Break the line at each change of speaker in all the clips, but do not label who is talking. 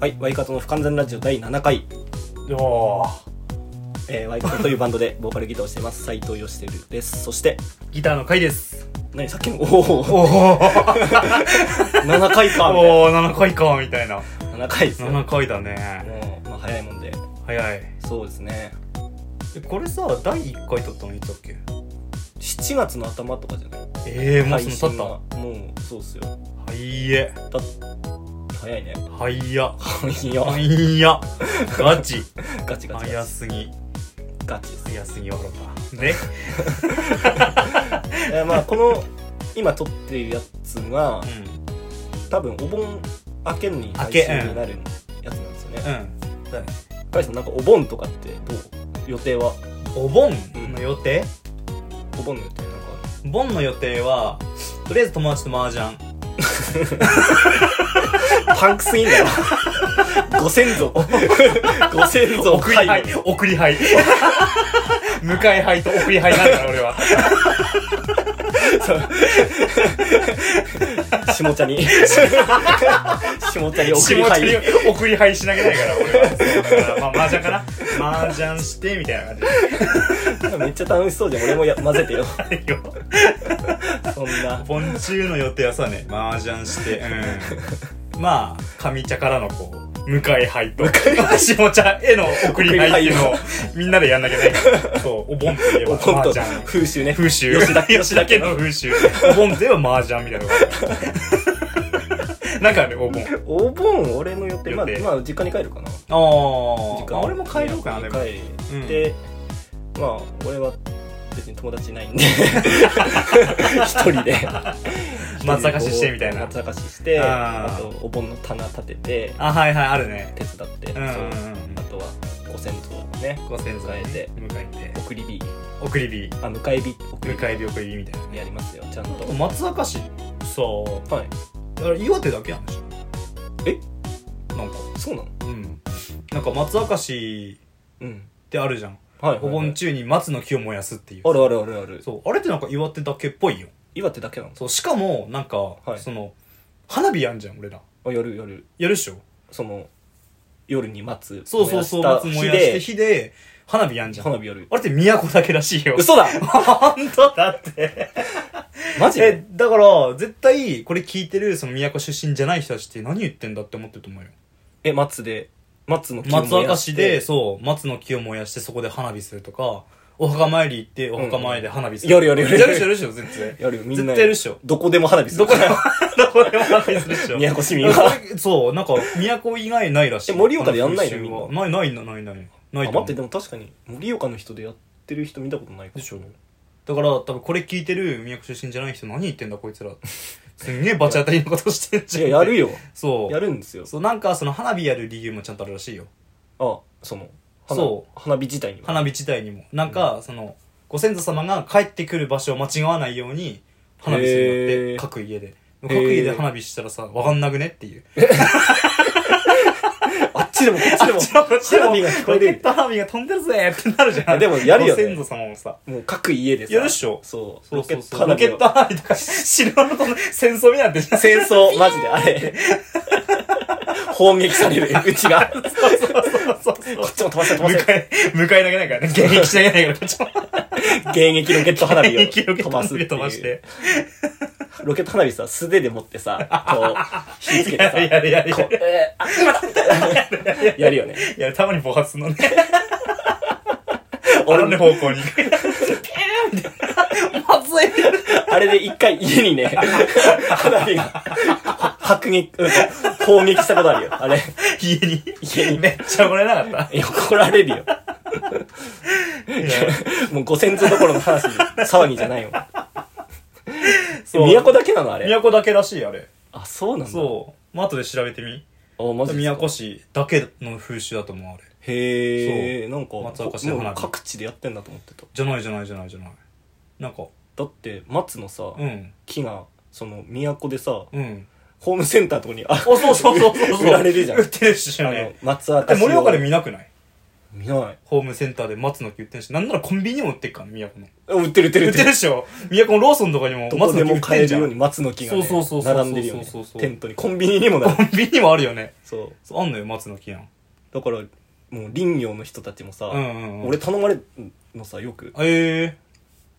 はい、ワイカトの不完全ラジオ第7回、
おー
えー、ワイカトというバンドでボーカルギターをしています、斉藤義輝です。そして、
ギターの回です
何さっきの、おお、
おお
7回か、み
おお7回かみたいな
たいな。7回ですよ。も
7回だね
う、まあ早いもんで、
早い
そうですね。
えこれさ第1回撮ったのいつだっけ
7月の頭とかじゃない
ええー、もう
配
そ
信
んな経っ
がもう、そうっすよ。
たはいえ
早いね。
はいや
いや、
はいやガチ
ガチガチ
早
ガチ。
すぎ
ガチです。
早すぎ笑ったね
えーまあ、この、今撮ってるやつが、
う
多分、お盆明けに
明
配
け
信になるやつなんですよね。
んうんだね
カイさん、なんかお盆とかってどう予定は
お盆の予定、
お盆の予定なんか
盆の予定はとりあえず友達と麻雀
パンクスいいん だよ。ご先 祖。ご先祖
送り
介
杯
護。
送り杯 向かい杯と送り杯なんだ俺は
下 茶に。下茶に送り
下手
配
に 送り配しなきゃいけないから俺はまあ麻雀かな麻雀してみたいな感
めっちゃ楽しそうじゃん。俺もや混ぜてよ。
じよ
そんな。
盆中の予定はさね麻雀してうんまあ上茶からのこう向かい杯と下茶への送り杯っていうのをみんなでやんなきゃいけないからそうお盆といえば
お盆
麻
と
雀
風習ね。
風習
吉田
吉田家の風習お盆といえば麻雀みたいなのが なんかねお盆
お盆、俺の予定。まあ、
予定
まあ、実家に帰るかな。
あ
実
あ
家
俺も帰ろうかなでも
帰って、まあ、俺は別に友達いない んで。一人で。
松坂市してみたい な
松坂市して、
あ
あ
ー
と、お盆の棚立てて、
あはいはいあるね
手伝って。
うんうん
そう
うん
あとはご先祖をね
ご先祖
迎えて
迎えて
送り火
送り火
あ迎え火送り
迎え火送り火みたいな
火やりますよちゃんと
松坂市さ
はい
あれ岩手だけなんでしょ
え
なんか
そうなの
うんなんか松坂市
うん
ってあるじゃん
はいはいはい
お盆中に松の木を燃やすっていう
あるあるあるある
そうあれってなんか岩手だけっぽいよ
岩手だけなの
そうしかもなんか、
い
その花火やんじゃん俺ら
あ夜夜
やるっしょ
その夜に待つ
そうそうそう
燃や
松
した
燃やして
火
火で花火やん
で
じゃん
花火夜
あれって都だけらしいよ
嘘だ
本当だって
マジで
えだから絶対これ聞いてるその都出身じゃない人たちって何言ってんだって思ってると思うよ
え松で松の木を
松
燃
明
や
市
し
で
て
そう松の木を燃やしてそこで花火するとかお墓参り行ってお墓参りで花火する、
うんやるやるや
や
る
るっしょやるっしょ絶対
やるよみんな
絶対やるっしょ
どこでも花火する
どこでも どこでも花火するっしょ
宮古市民は
そうなんか都以外ないらしい
え盛岡でやんないの
こ風習は
み
ないないないないないない
あ待
と思う
ってでも確かに盛岡の人でやってる人見たことないか
でしょ だから多分これ聞いてる都出身じゃない人何言ってんだこいつらすんげえバチ当たりのことしてんじ
い
ゃ
や
ん
やるよ
そう
やるんですよ
そうなんかその花火やる理由もちゃんとあるらしいよ
あその花
そ
花火自体にも
花火自体にもなんかそのご先祖様が帰ってくる場所を間違わないように花火するんだっ
へ
て
ー
各家で
ー
各家で花火したらさわかんなくねっていう
あっちでもこっちでも花火が聞こえ
ロケッ
る
ト花火が飛んでるぜってなるじ
い
ゃ
や
ん
でもやるよね
ご先祖様もさ
もう各家でさ
やるっしょ
そう
そ
ロ
う
ケ
そ
ッ
うそ
ト
うロ
花火
ケッ
を
ト花火とか白の戦争みたいになってるじゃん
戦争 マジであれ砲撃され るうちがこ
そうそうそうそう
っちも飛ばせ飛ば
迎
せ
え、迎え投げないからね。現役しなげないから、こっちも。
現役ロケット花 火を
現役ロケ
飛
ッ
ば
ト
すって
飛ばし
いう
て。
ロケット花火さ素手で持ってさこ う火つけて
や
さ
るやるやるや
こう
る。
えーあ今だやるよね
いや、たまに暴発するの ね。
俺
俺
も
の方向に。ピーンって。まずい。
あれで一回家にね花火がは迫撃うん砲撃したことあるよあれ
家に。
家に
めっちゃ怒られなかっ
いや怒られるよ
た。いや
もうご先祖どころの話、騒ぎじゃないよ。
そう
都だけなのあれ。
都だけらしい、あれ。
あ、そうなんだ。
そう。まあ、後で調べてみ。
う。あ、マジ
都市だけの風習だと思う、あれ。
へえ、なんか、
松岡市の
も
花
う
火
各地でやってんだと思ってた。
じゃないじゃないじゃないじゃない。なんか、
だって、松のさ、
うん。
木が、その、都でさ、
うん。
ホームセンターとかに、あ、
お、そうそうそうそうそう。
売られるじゃん
売ってるっし
あ
ょ
の
ね。、
松明
だって盛岡で見なくない
見ない。
ホームセンターで松の木売ってるし、なんならコンビニにも売ってっから、宮古の。
売ってる売ってる
売ってるでしょ宮古のローソンとかにも
どこ
松
で
の木売
も
って
買
ん
え
じ
る
ゃ。
ようんに松の木がね
そうそうそうそう
並んでるよね
そうそうそう
テントにコンビニにもな る
コンビニにもあるよね。
そう
そうあんのよ、松の木やん。
だからもう林業の人たちもさ、
うんうんうん
俺頼まれるのさよく
え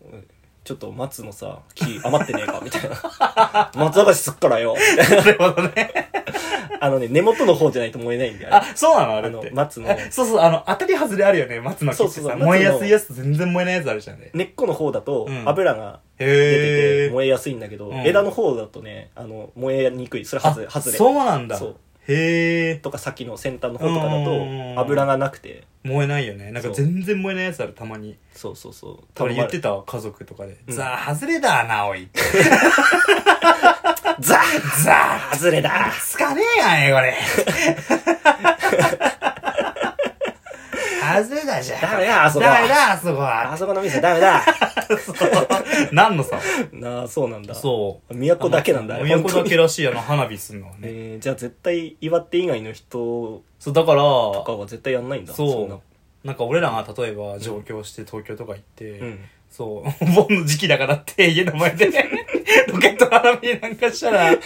え
ちょっと松のさ木余ってねえかみたいな松葉しすっからよみたい
ー。 なるほどね。
なあのね根元の方じゃないと燃えないんだよ
あ、そうなのあれ
あ
っ
の
て。
松の
えそうそう、あの、当たり外れあるよね、松の木って
そうそうそ
さ。
う
燃えやすいやつと全然燃えないやつあるじゃんね。
根っこの方だと
うん
油が出
へ
てて
え。
燃えやすいんだけど、
うん
枝の方だとねあの燃えにくいそれはず
あ、
外れ
そうなんだ
そう。
へえ。
とか先の先端の方とかだ
うん
と油がなくて
燃えないよね。なんか
そう
全然燃えないやつある、たまに。
そうそうそう
たまに言って
た
たわ、家族とかで。
うん
ザー、外れだな、おい。
ザ
ザ
ー外れだ
ー、つかねえやんえ、こ れ。外れだじゃん。
ダメだあそこは
ダメだ、あそこは
あ。そこの店ダメだ
そう何のさ。
なあそうなんだ
そう。
都だけなんだあれ
都だ
本当
け
に
らしい、あの、花火すんのはね。
えーじゃあ絶対岩手以外の人
そう、だから、
とかは絶対やんないんだんな
そう。なんか俺らが例えば上京して東京とか行って、
うん
そう、お盆の時期だからって家の前 でロケット花火なんかしたら、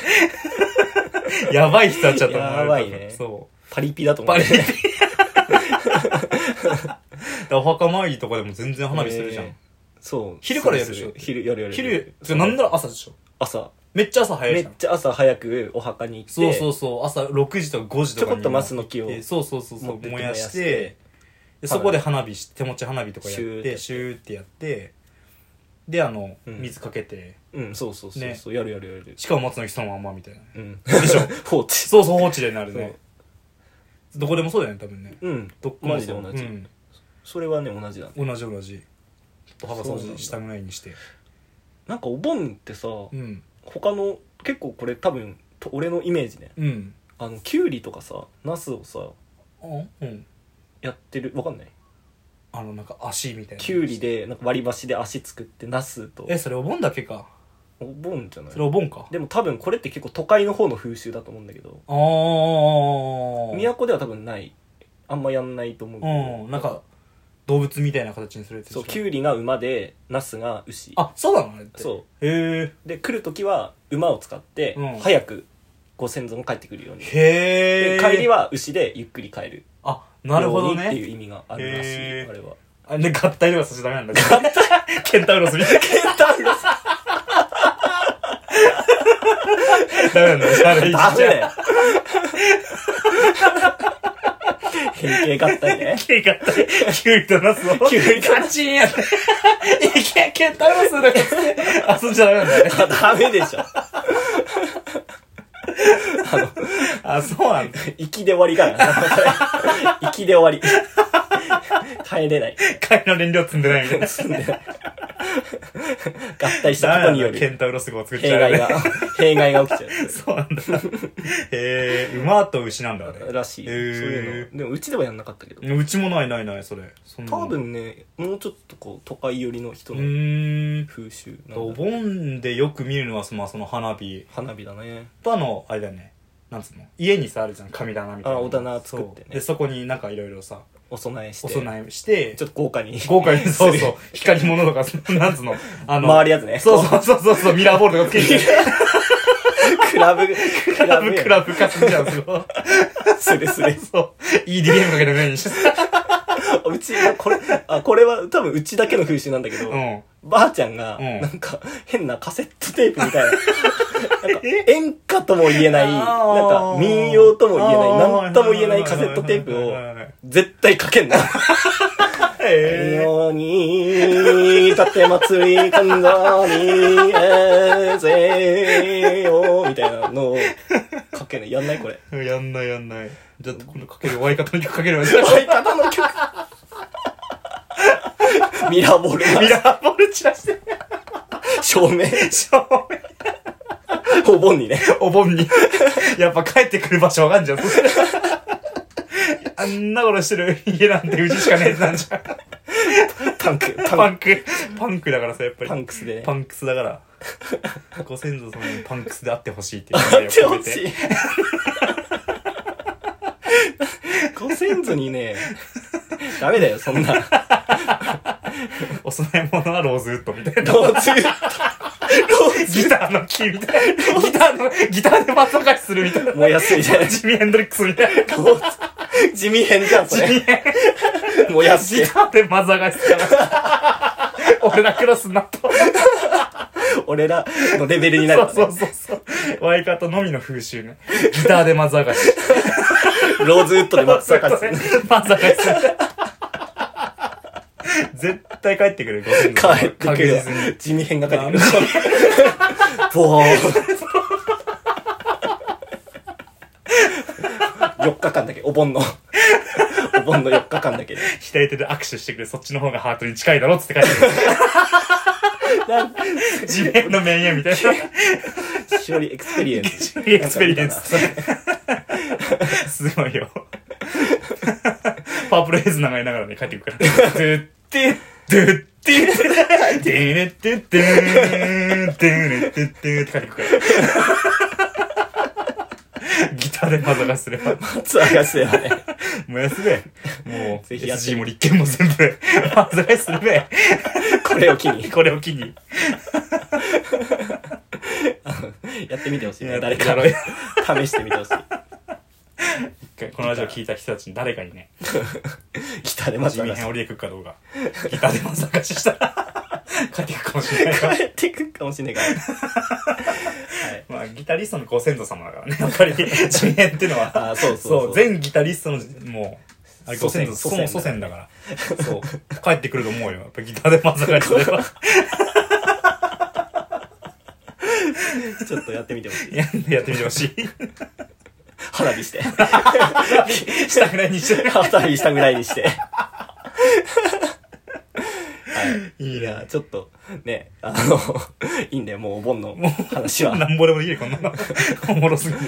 やばい人はちょっと思うよ
やばいね
そ
パリピだと
う。
思う
パリ ピ。だからお墓参りとかでも全然花火するじゃん。
えーそう
昼からやるでしょ
す昼やるやる
昼、じゃなんなら朝でしょ。
朝
めっちゃ朝早い
め
じゃ
っ
ん。
ちゃ朝早くお墓に行って
そうそうそう、朝6時とか5時と
ち
かに
ょこっとマスの木を
えーそうそうそうそ
持っ
う
てって
燃やし
燃や
てでそこで花火し手持ち花火とかやっ
シューってて
シューってやってであの
うん
水かけて
うんそうそうそうそうやるやるやる
しかも松の木そのまんまみたいな
うん
でしょ
放置
そうそう放置でなるねどこでもそうだよね多分ね
うん
どっこも
マジで
そう
同じ
うん
それはね同じだね
同じ同じ幅
そう
掃
なんだ
除したぐらいにして
なんかお盆ってさ
うん
他の結構これ多分と俺のイメージね
うん
あのきゅうりとかさナスをさ
あうん
やってるわかんない
あのなんか足みたいな
きゅうりでなんか割り箸で足作ってナスと
えそれお盆だけか
お盆じゃない
それお盆か
でも多分これって結構都会の方の風習だと思うんだけど
ああ
都では多分ないあんまやんないと思うけど
うん、なんか、動物みたいな形にするやつでし
そ
ょ
うきゅうりが馬でナスが牛
あ、そうなのあれって。
そ
へえ。
うで来る時は馬を使って
うん
早くご先祖が帰ってくるように、
へ
で
え。
帰りは牛でゆっくり帰る
あ、なるほど
ようにっていう
ね。
意味があるらしい
へー
あれは
あれね、合体とかさせちゃダメなんだ。ケンタウロスみたいな。ケン
ダメだ
ダメなんだ。あれ、
ダメだ
よ。
よ 変形合体ね
ケイ合体、キュウリとナスを。
キュウリと
カチンやって。いけ、ケンタウロスだからって。遊んじゃダメなんだね。
ダメでしょ
あ、そうなんだ。
行きで終わりかな。 行きで終わり。帰れない。
貝の燃料積んでないみたいな。
住んでない。合体したことによ
ケ
る
ンタウロス号作っち
弊
ゃう
害
ね。
が、弊害が起きちゃ
そうなんだ。へえ、馬と牛なんだ、あれ
う。。らしい。そうい
へ
うの。でもうちではやんなかったけど。
うちもないないない、それ。そんなの
多分ね、もうちょっとこう、都会寄りの人
う
の
ーん。
風習なんだ
お盆でよく見るのは、その、その花火。
花火だね。
とあの、あれだよね。なんつうの家にさ、あるじゃん、神棚みたいな。
あお棚作ってね
そうで、そこになんかいろいろさ、
お供えして。
お
ちょっ
供えして、
と豪華に。
豪華に、そう
す
そう
る。、
光り物とか、そのなんつうの、あの、
回るやつね。
そうそうそうそうそう、ミラーボールとかつけて、
クラブ、
ク
ク
ラ
ラ
ブ、
ブ、
クラブかすんじゃん、す ごい。
するする。
そう。EDM かけてないにして。
うち、これ、あ、これは多分うちだけの風習なんだけど、
うん。
ばあちゃんが、
うん
なんか、変なカセットテープみたいな。なんか演歌とも言えない、なんか民謡とも言えない、なんとも言えないカセットテープを、
を、
絶対かけんな。
えー、
世に、立て祭り、神田に、えぜよ、みたいなのを、かけない。やんないこれ。
やんないやんない。じゃあ、今度かける、ワイカトの曲かければいいじゃん
相方の曲。ミラーボール
ミ
が
ラーボール散らして、
照明、
照明。
お盆にね。
お盆に。やっぱ帰ってくる場所わかんじゃん。あんなことしてる家なんてうちしかねえってなんじゃん。
パンク、パ
パ
ンク、
ンク。パンクだからさ、やっぱり。
パンクスでね。
パンクスだから。ご先祖様にパンクスであってほしいっ ていう
あ
願い
っ
を
て
込
ほ
めて。
しい。ご先祖にね、ダメだよ、そんな。
お供え物はローズウッドみたいな。
ローズウッ
ギターのキーみたいな。ギターの、ギターで松かしするみたいな
ド。燃やすみたいな。
ジミー・ヘンドリックスみたいな。
ローズ地味変じゃん、そ
ジミ
れ。
ー・ヘン
燃や
ギ
す。
ターで松かしするから。俺らクラスになった。
俺らのレベルになる、ね。
そうそうそうそう。ワイカートのみの風習ね。ギターで松 かし。
ローズウッドで松坂さん。
まさかです。絶対帰ってくる、ご先祖様
帰ってく
確
る
実に。。
地味変が帰ってくる。ボーン。4日間だけ、お盆の。お盆の4日間だけ。
左手で握手してくれ、そっちの方がハートに近いだろっつって書いてくる。地面の面やみたいな。
しおりエクスペリエンス。
エクスペリエンス。すごいよ。パープルヘイズ流れながらね、帰ってくるから。ドゥッティドゥッティデネテテンデネテテンって帰ってくるから。ギターでマザがすれば。
松坂さんはね。
燃やすべ。もう、
ぜひやって
SG も立憲も全部、マザがするべ。
これを機に、
これを機に。
やってみてほしい
いや
ね。誰か
軽い
試してみてほしい。
このラジオ聞いた人たちに誰かにね、
ギターで松
地味
坂
編
さん。
降りてくるかどうか、ギターでまさかししたら、帰ってくるかもしれないから。
帰ってくるかもしれないから。はい。
まあ、ギタリストのご先祖様だからね、や っぱり、地味編っていうのは。
あーそうそうそう
全ギタリストの、もう、あれ、
祖
ご
先
先
祖
祖、そ
先
も祖先だから。そう。 帰ってくると思うよ。やっぱギターでまさかしれば。
ちょっとやってみてほしい。
ややってみてほしい。
花火して。
したくないにしてる。
花火したぐらいにして。
いい
いや
な。、
ちょっと、ね、あの、いいんだよ、もうお盆の話は。
なんぼでもできる、こんなの。おもろすぎる。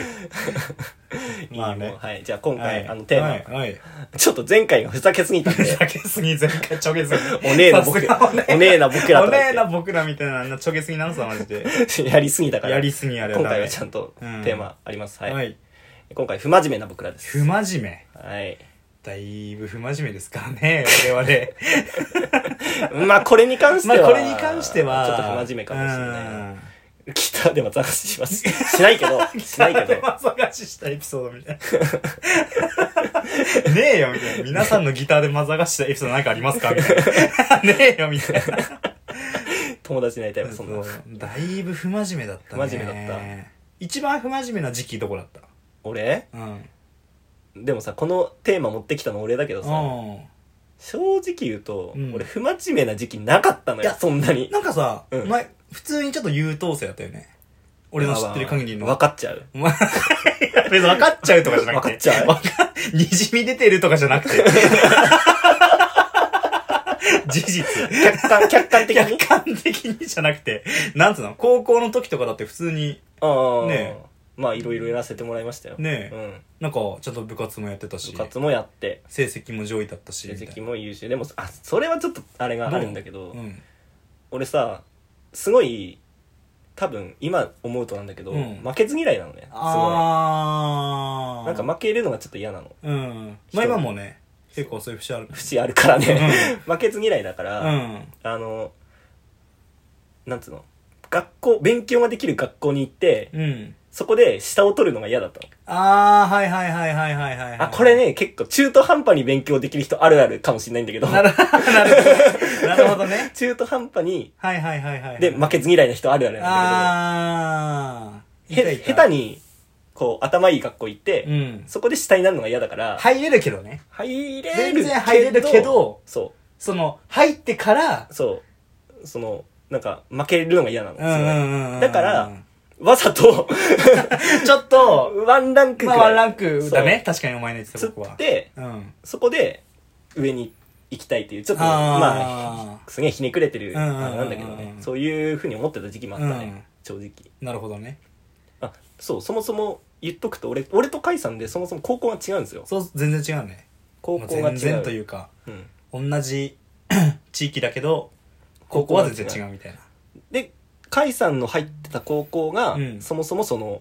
まあね
もうはい。じゃあ今
は
回、
い
あの、テーマ、
は い。はい。
ちょっと前回がふざけすぎたんで、
ふざけすぎ、前回ちょげすぎ。
おねえな僕
さすがおねえ
おねえな僕ら
お
とか
ね
言っ
えな僕らみたいな、あんなちょげすぎなのさ、マジで。
て、やりすぎたから、
やりすぎあれ
今回はちゃ
ん
んと
うん
テーマあります。はい。
はい。
今回、不真面目な僕らです。
不真面目。
はい。
だいぶ不真面目ですからね、我
まあ、これに関して
々。
は、
まあ、これに関しては。。
ちょっと不真面目かもしれないい。ギターでも探します。しないけ ど、しないけ
で
ど。
まさがししたエピソードみたいな。 ねえよ、みたいな。皆さんのギターでまさがししたエピソードなんかありますかみたいな。 ねえよ、みたいな。
友達になりたいわ、そんな。
だいぶ不真面目だったね。
不真面目だった。
一番不真面目な時期どこだった
俺
うん。
でもさ、このテーマ持ってきたの俺だけどさ、
う
正直言うと、
うん
俺不真面目な時期なかったの
い
よ
や。
そんなんに
なんかさ、
うん
前、普通にちょっと優等生だったよね。俺の知ってる限りの。
分かっちゃう
お前別に分かっちゃうとかじゃな
分か
くて。
っちゃう
わか にじみ出てるとかじゃなくて。 事実。
客観客観的に
客観的にじゃなくて。なんつうの高校の時とかだって普通に、
ああ
ね
まあいろいろやらせてもらいましたよ、
ね
う
え、
ん、
なんかちゃんと部活もやってたし
部、活もやって
成績も上位だったし、
成
みたいな
績も優秀でもあそれはちょっとあれがあるんだけど、
うん。
俺さすごい多分今思うとなんだけど、
うん
負けず嫌いなのねすご
あ
い
ー。
なんか負けるのがちょっと嫌なの
うん。まあ今もね、結構そういう節ある。
節あるからね、 負けず嫌いだから、
うん。
あのなんつうの学校勉強ができる学校に行って、
うん。
そこで下を取るのが嫌だったの。
あー、はいはいはいはいはいはいはい。
あ、これね、結構中途半端に勉強できる人あるあるかもしれないんだけど、
なる。なるほど。なるほどね。
中途半端に、
はいはいはいはい。
で、負けず嫌いな人あるあるなんだ
あー。
けど、へ、下手に、こう、頭いい学校行って、
に。うん。
そこで下になるのが嫌だから、
入れるけどね。
入れるけど、
全然入れるけど
そ
その、入ってから
う、、そう、その、なんか、負けるのが嫌なの。
うんうんうんうん。
だから、わざと、
ちょっと、
ワンランクく
ま
ら
あ
い、
ワンランクだね。確かにお前の言ってた
釣
僕は
っ。て、
うん。
そこで、上に行きたいっていう、ちょっとね、
あー
まあ、すげえひねくれてる、
うんうんうんうん
あれなんだけどね、そういうふうに思ってた時期もあったね、
うん
正直。
なるほどね。
あ、そう、そもそも言っとくと、俺、俺と甲斐さんでそもそも高校が違うんですよ。
そう、全然違うね。
高校
ま
が
あ
違う。
全然というか、
うん
同じ 地域だけど、高校は全然違うみたいな。
で、甲斐さんの入ってた高校が、
うん
そもそもその、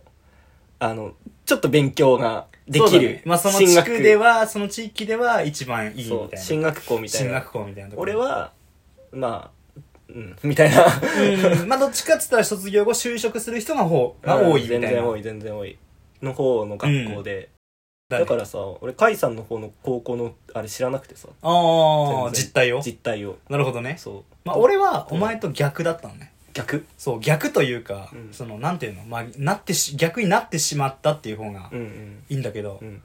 あの、ちょっと勉強がで
そ
き
うだ
る、
ねまあその地区では、その地域では一番いい
進
み
学
た
そう進
いな。
学校みたい
進
な
学校みたいなとこ
俺
ろ。
はまあうんみたい な
うん、まあどっちかっつったら卒業後就職する人の方が多いみたい
全
な。
然多い全然多いの方の学校で、
だね
だからさ俺甲斐さんの方の高校のあれ知らなくてさ
ああ、
全然
実態を。
実態を
なるほどね。
そう
まあ俺はお前と逆だったのね。
逆
そう、逆というか、
うん
その、なんていうの、まあ、なってし、逆になってしまったっていう方が
うんうん
いいんだけど、
うん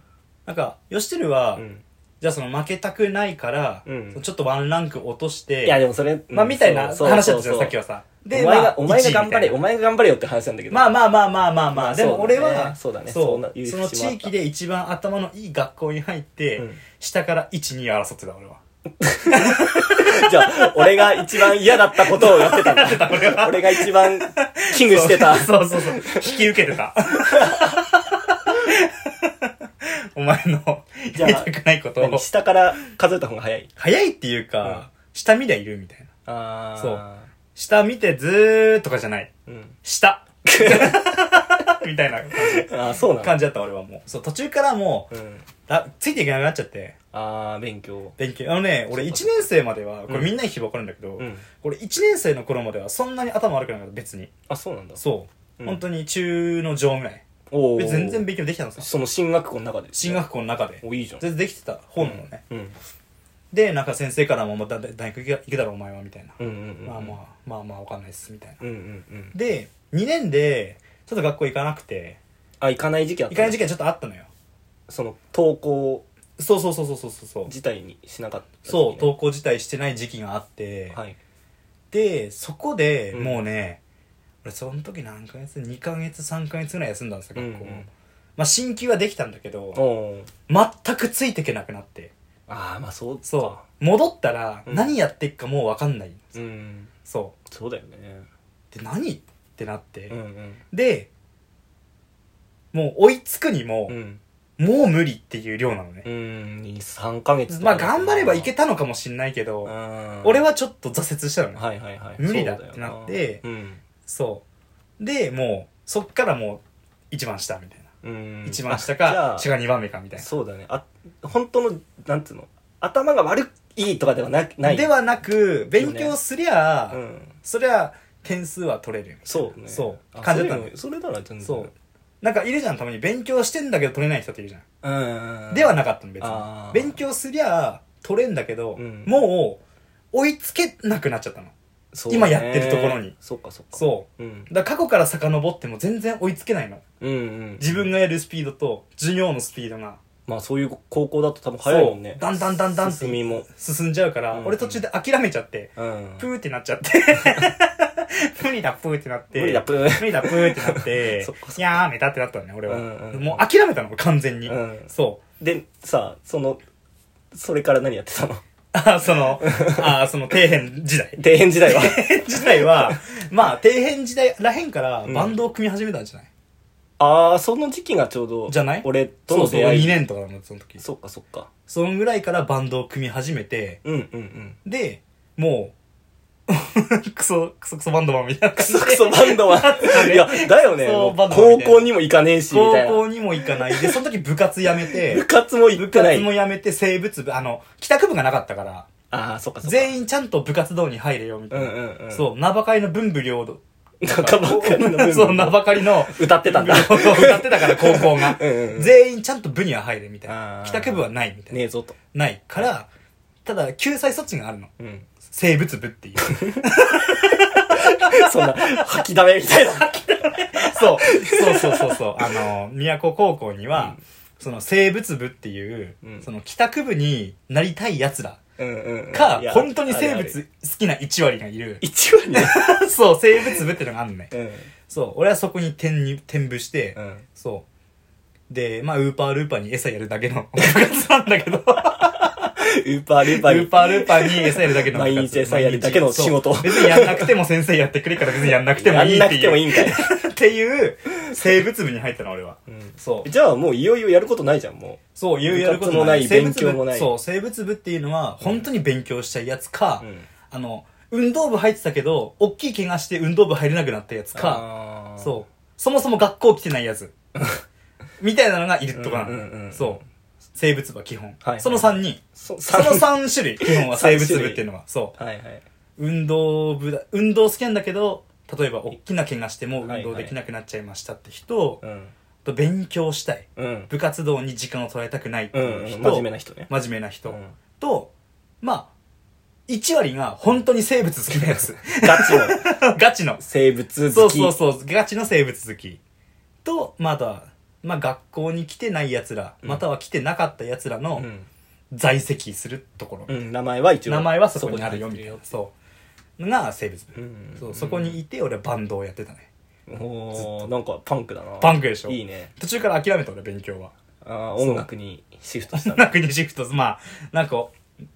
なんか、吉てるは、
うん
じゃあその負けたくないから、
うん
そのちょっとワンランク落として、
いやでもそれ、
まあみたいな
そう
話だったじ
そう
ゃん、
そう
さっきはさ。
お前
まあ
が、お前
1
が
位
頑
みたい
張れ、
な
お前が頑張れよって話なんだけど。
まあまあまあまあまあま
ま
あ、
あ
でも俺は、
そうだね
そ
そうだねそう
う、
いう
その
節もあった
地域で一番頭のいい学校に入って、
うん
下から1、2争ってた俺は。
じゃあ、俺が一番嫌だったことをやってたん だ。俺が一番キングしてた。
そうそうそう。引き受け てた。お前の
じゃ
や
あ
りたくないことを
何。下から数えた方が早い。
早いっていうか、下見りゃいるみたいな。
あ
ー下見てずーとかじゃない。
そう。うん。
下みたいな感じ
あーそうなの
感じだった俺はもう。そう、途中からもう、
うん。
らついていけなくなっちゃって。
ああ、勉強。
勉強。あのね、俺1年生までは、これみんなに聞けば分かるんだけど、
うん。
俺1年生の頃まではそんなに頭悪くなかった、別に。
あ、そうなんだ。
そう。
うん
本当に中の上ぐらい。
おー
別に全然勉強できたんですよ。
その進学校の中で。
進学校の中で。
お、いいじゃん。
全然できてた方なのね。
うん。で、
で、なんか先生からも、また大学行くだろ、お前は、みたいな。
うんうんうん。
まあまあ、まあまあ、わかんないっす、みたいな。
うんうんうん。
で、2年で、ちょっと学校行かなくて、
あ、行かない時期あった。
行かない時
期。
間ちょっとあったのよ。
その、登校
そうそうそうそうそうそう。
自体にしなかった時ね。
そう、登校自体してない時期があって、
はい。
でそこで
うん
もうね、俺その時何ヶ月2ヶ月3ヶ月ぐらい休んだんですよ学校、
うんうん
まあ進級はできたんだけど
おー
全くついていけなくなって
ああまあそう
そう戻ったら
うん
何やってっかもう分かんない、
うん
そ
そうだよね
うで何ってなって、
うん
でもう追いつくにも
う、ん
もう無理っていう量なのね
う、ん3ヶ月と
ま
か
あ頑張ればいけたのかもしんないけど、
うん
俺はちょっと挫折したのね、
はいはいはい
無理だ
そうよ
ってなって
うん
そうでもうそっからもう一番下みたいな
うん
一番下
あじゃ
か
あ
下が二番目かみたい
そうだねあ本当のなんつうの頭が悪いとかではなな
ないではなく勉強すりゃ、
うん
そりゃ点数は取れるみたいな
そうね
そう
あ
感じだった
そ
の
れそれなら全然
そうなんかいるじゃんたまに勉強してんだけど取れない人っているじゃん、
うん
ではなかったの別に
あー
勉強すりゃ取れんだけど、
うん
もう追いつけなくなっちゃったの
そうだね
今やってるところに
そっかそっか
そう
うん
うだから過去から遡っても全然追いつけないの
うんうん
自分がやるスピードと授業のスピードが
まあそういう高校だと多分早いもん
そ
ね
うだんだんだんだんって
進みも
進んじゃうから、
うん
俺途中で諦めちゃって
うん
プーってなっち ゃって。無理だ、プーってなって。
無理だプー
無理だ、プーってなっ て。
そっかそっか
やーめたってなったのね、俺は。
うんうん
もう諦めたの、完全に。
うん
そう。
でさそのそれから何やってたの
あーその、あーその、底辺時代。
庭園時代は
底辺時 代は、まあ、底辺時代らへんから
うん
バンドを組み始めたんじゃない、
ああその時期がちょうど
じゃない
俺と
そ
の
うそう、
出会い
2年とかのその時。
そっかそっか
そのぐらいからバンドを組み始めて、
うん うんうん
で、もう、 クソ、クソクソバンドマンみたいな
ク
感じで。
ソクソバンドは
ね
いやだよね
そう
もう
バンドはみ
高
た
校
いな
にも行かねえしみたいな
高校にも行かない。で、その時部活やめて。
部活も行っ
部
てな
活も
い
やめて生物部、あの、帰宅部がなかったから、
ああそっかそっか
全
員
員ちゃんと部活動に入れよ、みた
う
い
ん
な。
うんうん
そう、名ばかりの文武両道。
う中ばっかりの部
そう、名ばかりの
歌ってた んだ
文武両道を歌って たから、高校が
うんうんう。ん
全員ちゃんと部には入れ、みたい
あ
な。
ー
帰宅部はない、みたい
ね
な
え。ぞと
ないから、ただ、救済措置があるの。
うん
生物部っていう。
そんな吐きだめみたいな
そう、そうそうそうそう。あの、宮古高校には、その生物部っていう、
うん
その帰宅部になりたい奴ら
うんうんうん
か
いや、
本当に生
あるあ
物
る
好きな1割がいる。
一応ね
そう、生物部ってのがあるのね。
うん
そう、俺はそこに転入、転部して、
うん
そう。で、まあ、ウーパールーパーに餌やるだけの 部活なんだ けど、ウ
ウーパールーパーに
ーパールーパーに餌やるだけの部活。
毎日餌やるだけの仕事
そう別にやんなくても先生やってくれるから別にやんなくても
や
いい
ん
っ
な
て
く
いう。
てもいいんかい
っていう生物部に入ったの、俺は。
うん
そう。
じゃあもういよいよやることないじゃん、も
そう、言うやること
部活もない勉強もない
生物部そう、生物部っていうのは、本当に勉強したいやつか、
う。
あの、運動部入ってたけど、大きい怪我して運動部入れなくなったやつか、
か、
そう。そもそも学校来てないやつ。みたいなのがいるとかなの、
うんうんうん
そう。生物部は基本。
はいはい
その3人。
そ
その3種 類、基本は生
三
物
種類
部っていうのは。そう。
はいはい。
運動部だ、運動好きなんだけど、例えば大きな怪我しても
はい
運
は
動
い
できなくなっちゃいましたって人、
うん。
と勉強したい。
うん。
部活動に時間を取られたくないって
う。
いうん人、
真面目な人ね。
真面目な人、
うん
と、まあ、1割が本当に生物好きなやつ。
ガチの
ガチの。
生物
そ
好
う
き。
そうそう、ガチの生物好き。と、まあ、あとは、まあ、学校に来てない奴ら、
うん
または来てなかった奴らの
うん。
在籍するところ。
うん。名前は一応。
名前はそこにあるよ、みたいな
そこ。
そう。が生物
に入って
部。
るようん。
そう、そこにいて、俺はバンドをやってたね。
うん。おーなんかパンクだな。
パンクでしょ
いいね。
途中から諦めた俺、勉強は。
あー音楽にシフトした
音
ね。
楽にシフトす、まあ、なんか、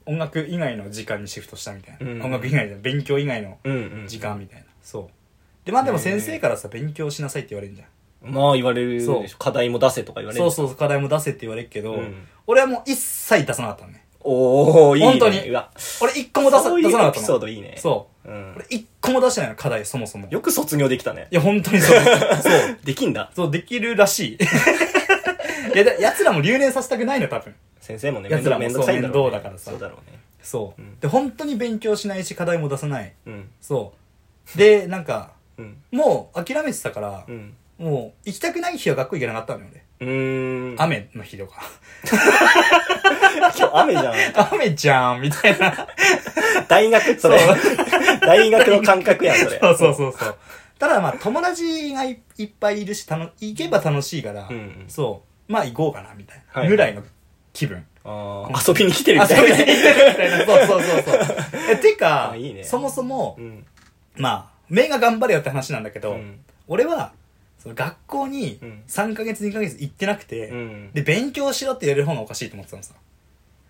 音楽以外の時間にシフトしたみたいな。
うん
音楽以外で、勉強以外の
うんうん。
時間みたいな。そう。で、まあでも
ねえ
先生からさ、勉強しなさいって言われるじゃん。
まあ言われるでし
そう
ょ。課題も出せとか言われる。
そうそう、課題も出せって言われるけど、
うん
俺はもう一切出さなかったのね。
おー、いいね。
本当に
うわ。
俺一個も出さ
そういう
出さなかっ
エ
た
ピ
の。
ソードいいね。
そうう。
ん
俺。一個も出してないの、課題、そもそも。い
よく卒業できたね。
や、本当にそう。 そう。
できんだ。
そう、できるらしい。 いや、だ奴らも留年させたくないの、多分。
先生もね、
奴らも
めんどくさいんだろう、ね。
そう面倒だからさ
そうだろうね。
そう。
うん
で、本当に勉強しないし、課題も出さない。
うん。
そう。で、なんか、
うん。
もう諦めてたから
う、ん。
もう行きたくない日は学校行けなかったのよ、俺。
うーん。
雨の日とか。
今日雨じゃん。
雨じゃん、みたいな。
大学、それ。 大学の感覚やん、それ。
そうそうそうそう。ただまあ友達がいいっぱいいるし、たの行けば楽しいから、
うんうん
そう、まあ行こうかな、みたい
は
な。
い
ぐらいの気分。
あー遊びに来てる
あ、
み
そう
た
行っ
い
て
な。
るみたいな。そうそうそうそう。えてか
あいいね
そもそも
う、ん。
まあ、名が頑張れよって話なんだけど、
うん
俺は、その学校に
うん
3ヶ月2ヶ月行ってなくて、
うん。
で、勉強しろって言われる方がおかしいと思ってたのさ。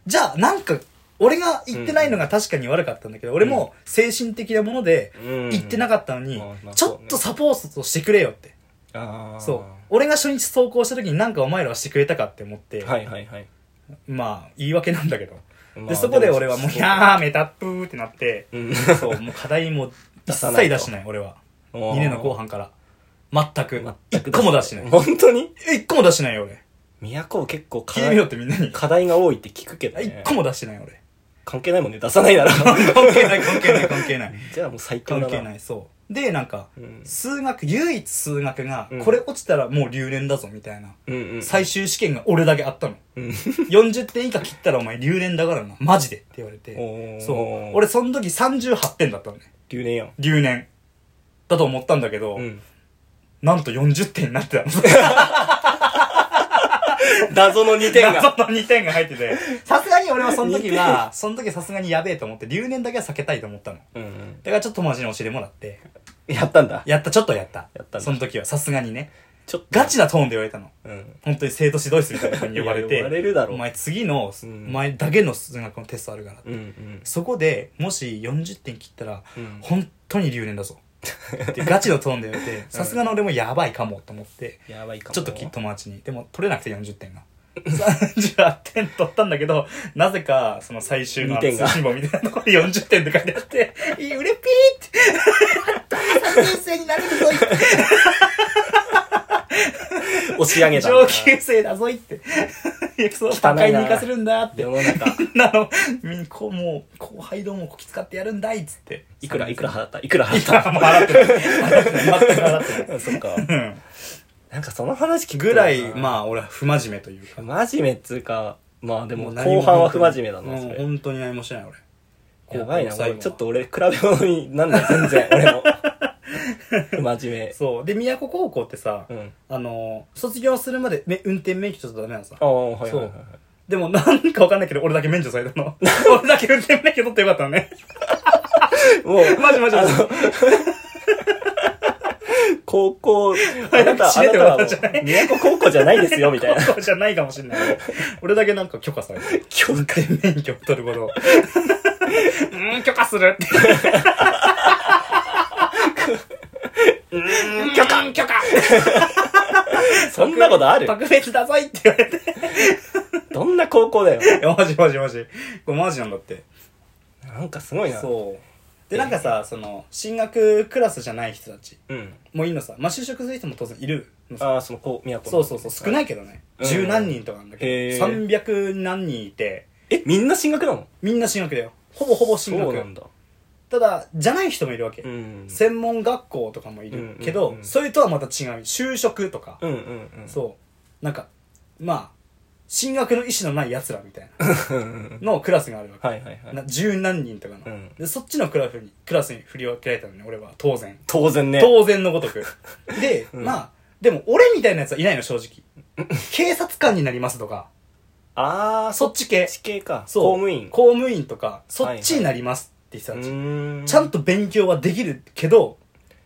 じゃあ、なんか、俺が行ってないのが確かに悪かったんだけど、俺も精神的なもので、
うん
行ってなかったのに、
まあまあ
ち
そうね
ょっとサポートしてくれよって。
あー
そう。俺が初日走行した時になんかお前らはしてくれたかって思って、
はいはいはい。
まあ、言い訳なんだけど。
まあ
で、そこで俺はもう、
で
やーめたっぷーってなって、
うん。
そう、もう課題も一
出さない
切
と
出してない、俺は。
2
2年の後。半から。全く。
全
一
く
個も出してな い。
本当に
一個も出してないよ、俺。
宮古結構課
聞いてみよ
題
うってみんなに。
課題が多いって聞くけど
一
ね
個。も出してない、 俺。
関係ないもんね、出さないな ら。
関係ない、関係ない、関係ない。
じゃあもう最強だ
関
な。。
係ないい、そう。で、なんか、
うん。
数学、唯一数学が
うん、
これ落ちたらもう留年だぞ、みたいな。
うんうん。
最終試験が俺だけあったの。
うん。
40点以下切ったらお前留年だからな。マジで。って言われて。
おー
そう。、俺その時38点だったのね。
留年やん。
留年。だと思ったんだけど、
うん。
なんと40点になってたの。
謎の2点
点が。
が。
その2点が入ってて。さすがに俺はその時 は、その時さすがにやべえと思って、留年だけは避けたいと思ったの。だ
うんうん。
からちょっと友達に教えてもらって、
やったんだ。
やった、ちょっとやった。
やったんだ
その時は、さすがにね。
ちょっと。
ガチなトーンで言われたの。
うん。
本当に生徒指導室みたいな風に呼ばれ
い
て。
や呼ばれるだろう
お前次の、
うん
お前だけの数学のテストあるから。
うんうん。
そこで、もし40点切ったら、
うん
本当に留年だぞ。ってガチのトーンで言われて、さすがの俺もやばいかもと思って、
やばいかも。
ちょっとき友達に。でも取れなくて40点が。38点取ったんだけど、なぜか、その最終の
二点が
志望みたいなところで40点って書いてあって、いい、うれぴーって。人生になれるぞいって
押し上げたんだ
上
な。
級生だぞいって。いや、そう、都会に行かせるんだって。
世の中。
なの、みんこう、もう、後輩どもをこき使ってやるんだいっつって。
いくら、いくら払ったいくら払
い
っ
くらも払ってない。払ってない全く払ってない。
た そっか。
うん
なんかその話聞くと
ぐらい、
あ。
まあ、俺は不真面目というか。
不真面目っつうか、まあでも
う何も
後半は不真面目だな、そ
もう
れ。
本当に何もしてない、俺。
やばいな、
高校最
俺
後は
ちょっと俺、比べ物になんない、全然、俺も。不真面
そう。で、宮古高校ってさ、
目。うん。
あのー、卒業するまでめ運転免許ちょっとダメなのさ。
ああ、はい
そ
はいはい。
うでも、なんかわかんないけど、俺だけ免除されたの。俺だけ運転免許取ってよかったのね。
もう、
マジマジマジ
あの高校、あなた、
知
あ
れ
な
て
た
る
はも
わけじゃな
う、宮古高校じゃないですよ、み たいな。
高校じゃないかもしれない。俺だけなんか許可された。
許可
運転免許を取ることを。うーん、許可するって。うーん、許可許可
そんなこと ある
特別だぞいって言われて。
どんな高校だよ。
いや、マジマジマジ。これマジなんだって。
なんかすごいな。
そう。でなんかさその進学クラスじゃない人たち
うん。
もいいのさまあ就職する人も当然いるのさ
ああ、その、こう、都の。。
そうそうそう少ないいけどね
うん
十、何人とかなんだけど
へー
300何人いて
え、みんな進学なの
みんな進学だよほぼほぼ進
そうな
学
んだ。
ただじゃない人もいるわけ、
うん。
専門学校とかもいるけど、
うんうんうん
それとはまた違う就職とか、
うんうんうん。
そうなんかまあ進学の意思のない奴らみたいな
うんうん
のクラスがあるわ け、
はいはいはい。
な十何人とかの、
うん
でそっちのクラスにクラスに振り分けられたのね俺は当然
当然ね。
当然のご とくで、
うん
まあでも俺みたいなやつはいないの正直警察官になりますとか
ああ、そ
そっち系
っち系か。
そう
公務員。
公務員とかそっちになりますって人
う
たち、
ーん。
ちゃんと勉強はできるけど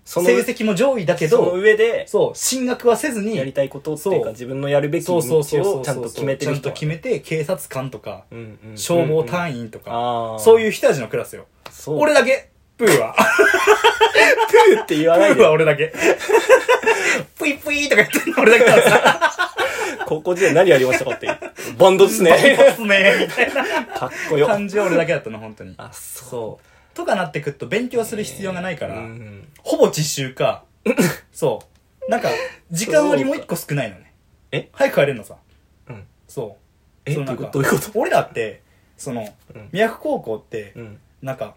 そ
成
の
績も上位だけ
その
ど
上で、
そう進学はせずに
やりたいことっていう
そう
か、自分のやるべき道
そう
を
そうそうそう
ちゃんと決めてる
ちゃんと
人は。
決めて警察官とか、
うんうん
消防
員
隊員とか、
ああ。、
そういうう人たちのクラスよ
そう。
俺だけプーは
プーって言
プ
わない
ーは
で。
俺 だけプイプイとか言ってんの俺だけなんですよ
高校時代何やりましたかって。バンドです
そうっ
ね。
すねみたいな
かっこよ。
感じは俺だけだったの本当に
あ、そう。
そうとかなってくっと勉強する必要がないから、
うん
ほぼ実 習かそうなんか時間割も一個少ないのね
え
早く帰れるのさ
うん。
そう
え、
そ
ど
の
うい
な
うんこと
か
どういうこと
俺らってその
うん
宮古高校って、
うん。
なんか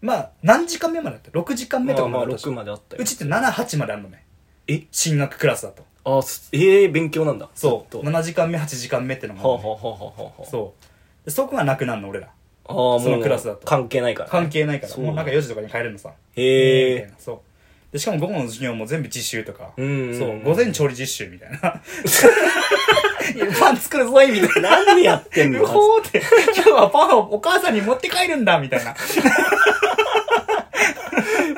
まあ何時間目までだった6時間目
ま
と
あ
かま
まあ
でだったし
6まであったよ
う。ちって78まであるのね
え
進学クラスだと
あ、すええ、勉強なんだ。
そ
ず
う
っとは
7時間目8時間目っての
あはあ
もあるのね、
はあはあはあ。
そうでそこがなくなるの俺ら
ああ、もう。
そのクラスだと
関係ないから。
関係ないから
そう
もうなんか4時とかに帰れるのさ
へ
みたい
え。
なそうでしかも午後の授業も全部実習とか、
うんうん
そう午前調理実習みたいな いやパン作るぞいみたい な
何やってん
う
の
ほーって今日はパンをお母さんに持って帰るんだみたいな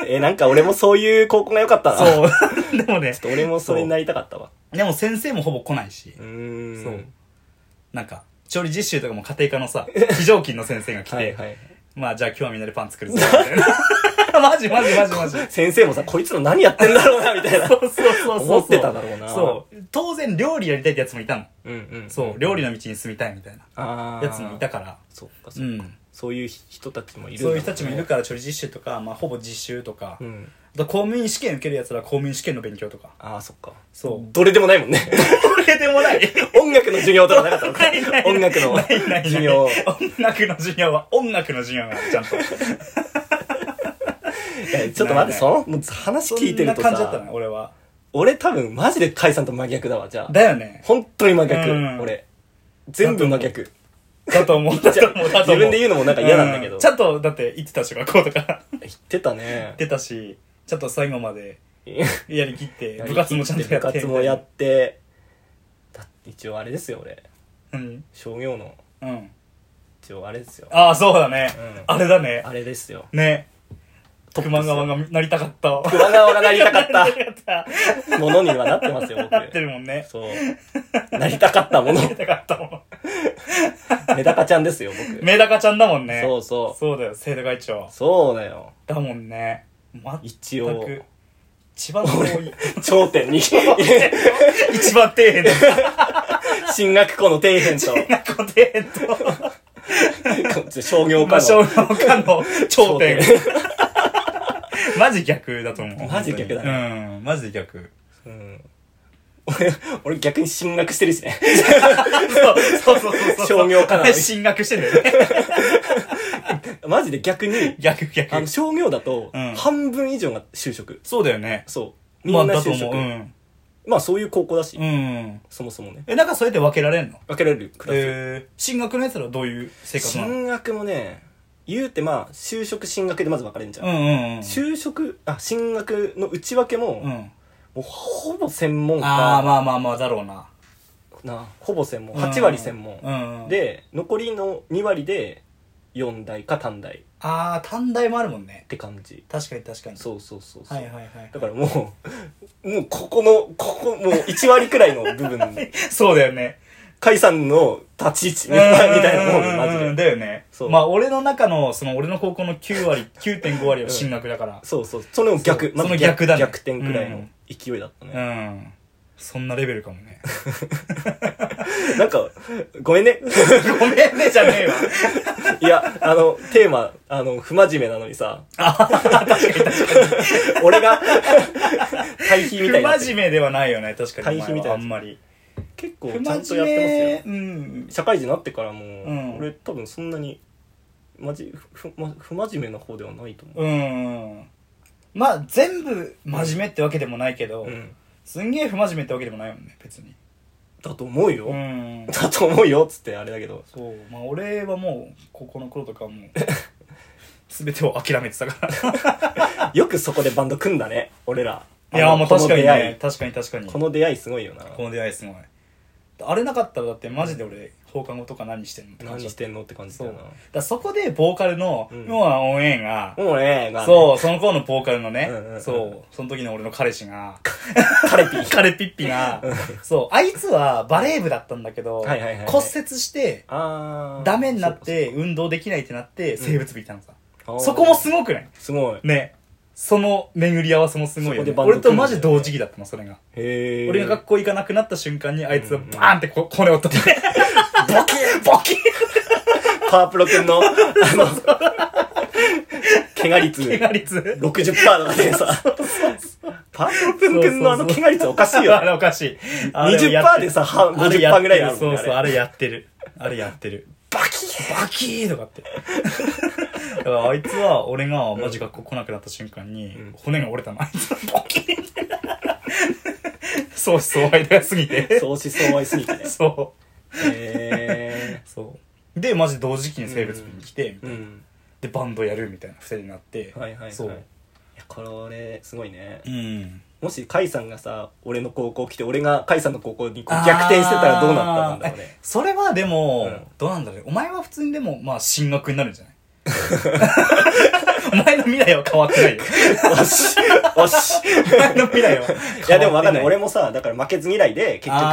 えー、なんか俺もそういう高校が良かったな。ちょっ
そう でもね
と俺もそれになりたかったわ。
でも先生もほぼ来ないし、
うーん。
そうなんか調理実習とかも家庭科の さ非常勤の先生が来て
はいはい。
まあじゃあ今日はみんなでパン作るぞみたいな マジマジマジマジ
先生もさ、こいつら何やってんだろうな、みたいな。
そうそうそうそう
思ってただろうな
そう当然料理やりたいってやつもいたの
うんうん。
そう料理の道に進みたいみたいな
ああ。
やつもいたから
そっか
う
そっか。
ん
そういう人たちもいるんだ
そういう人たちもいる。から調理実習とか、まあ、ほぼ実習とか、
うん。
あと公務員試験受けるやつら公務員試験の勉強とか
ああ、そっか。
そう
どれでもないもんね。
どれでもない
音楽の授業とかなかったのか
ないないない
音楽の
ないないない
授業。
音楽の授業は音楽の授業があるちゃんと
いやちょっと待って、その、もう話聞いてると
そんな感じだった
さ、
ね俺は
俺多分マジで甲斐さんと真逆だわ、じゃあ。
だよね
本当に真
うん
逆、俺。全部真逆。
だと思うだ
じゃ
と
あ
思うだ
自
と思う
分で言うのもなんか嫌なんだけ
う
ど。
ちゃんとだって言ってた小学校とか
言ってたね。
出たしちゃんと最後までやりきって
やりきって
部活もちゃんとやって
部活もやって。だって一応あれですよ、俺。
うん
商業の、
うん
一応あれですよ。
ああそうだね、
うん
あれだね
あれですよ。
ね
トップ
熊
ですよ
川がなりた かったわ
熊川がなりたかっ
なりたかった
ものにはなってますよ、
たなっ
僕。
てるもんね
そう。なりたかったもの
な。りたかったもん
メダカちゃんですよ、僕。
メダカちゃんだもんね
そうそう
そうだよ生徒会長
そうだよ。
だもんね
一応
全く一番遠い
頂点 に。
一番底辺だ
進学校の底辺と、
なんか底辺と
商業
ま
科
あ、商
の。
業科の頂点
頂。
マジ逆だと思う。
マジ逆だ
ね。うん、マジ逆。
うん俺、俺逆に進学してるしね。
そうそうそうそう。
商業科なのに
進学してんだよね。
マジで逆に、
逆
あの、
逆。
商業だと
うん、
半分以上が就職。
そうだよね。
そう。み
まあ、
んな
だと
就
思
職
う。う。ん。
まあそういう高校だし
う、ん。
そもそもね。
え、なんかそれで分けられんの
分けられるクラ
えー、進学のやつらはどういう生
ス。
活なの
進学もね、言うてまあ、就職進学でまず分かれるんじゃ。
うんんうんうん。
就職、あ、進学の内訳も、
う
も
ん。
うほぼ専門
ああ、
か
まあまあまあ、だろうな。
な、ほぼ専門、8割専門。
うん。で、
で残りの2割で4代か短代っ
ああ、短大もあるもんね。
て感じ
確かに確かに。
そうそうそうそう、
はいはいはい。
だからもうもうここのここもう1割くらいの部分
そうだよね。
甲斐さんの立ち位置みたいみたいなもんマジ
うん
で
だよね
そう
まあ俺の中のその俺の高校の9割9.5割は進学だから
そうそうその逆
そう
ず
その逆だね
逆転くらいうの
ん
勢いだったね、
うんそんなレベルかもね。
なんか、 ごめんね。
ごめんね、じゃねえわ。
いや、あの、テーマ、あの、不真面目なのにさ、 俺が、 対比みたいになっ
不
て
真
る。
面目ではないよね、確かに。
対比みたいな
お前はあんまり。
結構ちゃんとやってますよ。
不真面目うん。
社会人になってからも、
ん
俺多分そんなに、まじ、ふ、ま、不真面目な方ではないと思う。
うん。まあ、全部真面目ってわけでもないけど、
うん。
すんげえ不真面目ってわけでもないもんね、別に。
だと思うよ。
うん。
だと思うよ、つってあれだけど。
そう。まあ、俺はもう、高校の頃とか はもう、全てを諦めてたから。
よくそこでバンド組んだね、俺ら。
いや
あ
ー、
の
もう確か
この
に
出会
ね
い。
確かに確かに。
この出会いすごいよな。
この出会いすごい。あれなかったらだってマジで俺、放課後とか何してんのって感
何
じだ
し
った。
てんのって感じだ
そ
よ
う。だ
な
か。らそこでボーカルの、
うん
要はオンエンが、
もうね、まあね
そう、その頃のボーカルのね、
うんうんうん
そう、その時の俺の彼氏が、
カレピー。
彼ピッピが、そう、あいつはバレー部だったんだけど、
はいはいはいはい
骨折して、
あー
ダメになって、運動できないってなって、生物部いたのさ。
あー
そこもすごくない
すごい。へ
ね。その巡り合わせもすごいよ、
そこで
ね。
バンド
俺とマジ同時期だったの、それが。
え。
俺が学校行かなくなった瞬間に、あいつはバーンってこ骨折ってて、
ボキッ
ボキッ
パープロ君の、あの、 怪我率
て
60%
なりつ。
とかでさ、パープロ君のあの怪我率おかしいよ
あ
ね。
れおかしい。
20%でさ、半
あれやっ
50%
て
ぐらいあるも
そ
ん
う
ね
そう、あれやってる。あれやってる。
バキッ
バキーとかって。だからあいつは、俺がマジ学校来なくなった瞬間に、骨が折れたの。あいつはバキーって。そうそう、間が過ぎて。
相思相愛すぎてね。
そ
へ
う。そう。で、マジ同時期に生物部に来て、
ー
みた
う。
いなんで、バンドやるみたいな、二人になって。
はいはいはい。
そう
いやこれ、すごいね
う。ん。
もし、カイさんがさ、俺の高校来て、俺がカイさんの高校にこう逆転してたらどうなったんだろう
あーえ
ね。
それはでも、
うん
どうなんだろうねお前は普通にでもまあ進学になるんじゃないお前の未来は変わってないよ
おし、おし。
お前の未来は変わってない
いやでもわかんない。俺もさ、だから負けず嫌いで、結局、だか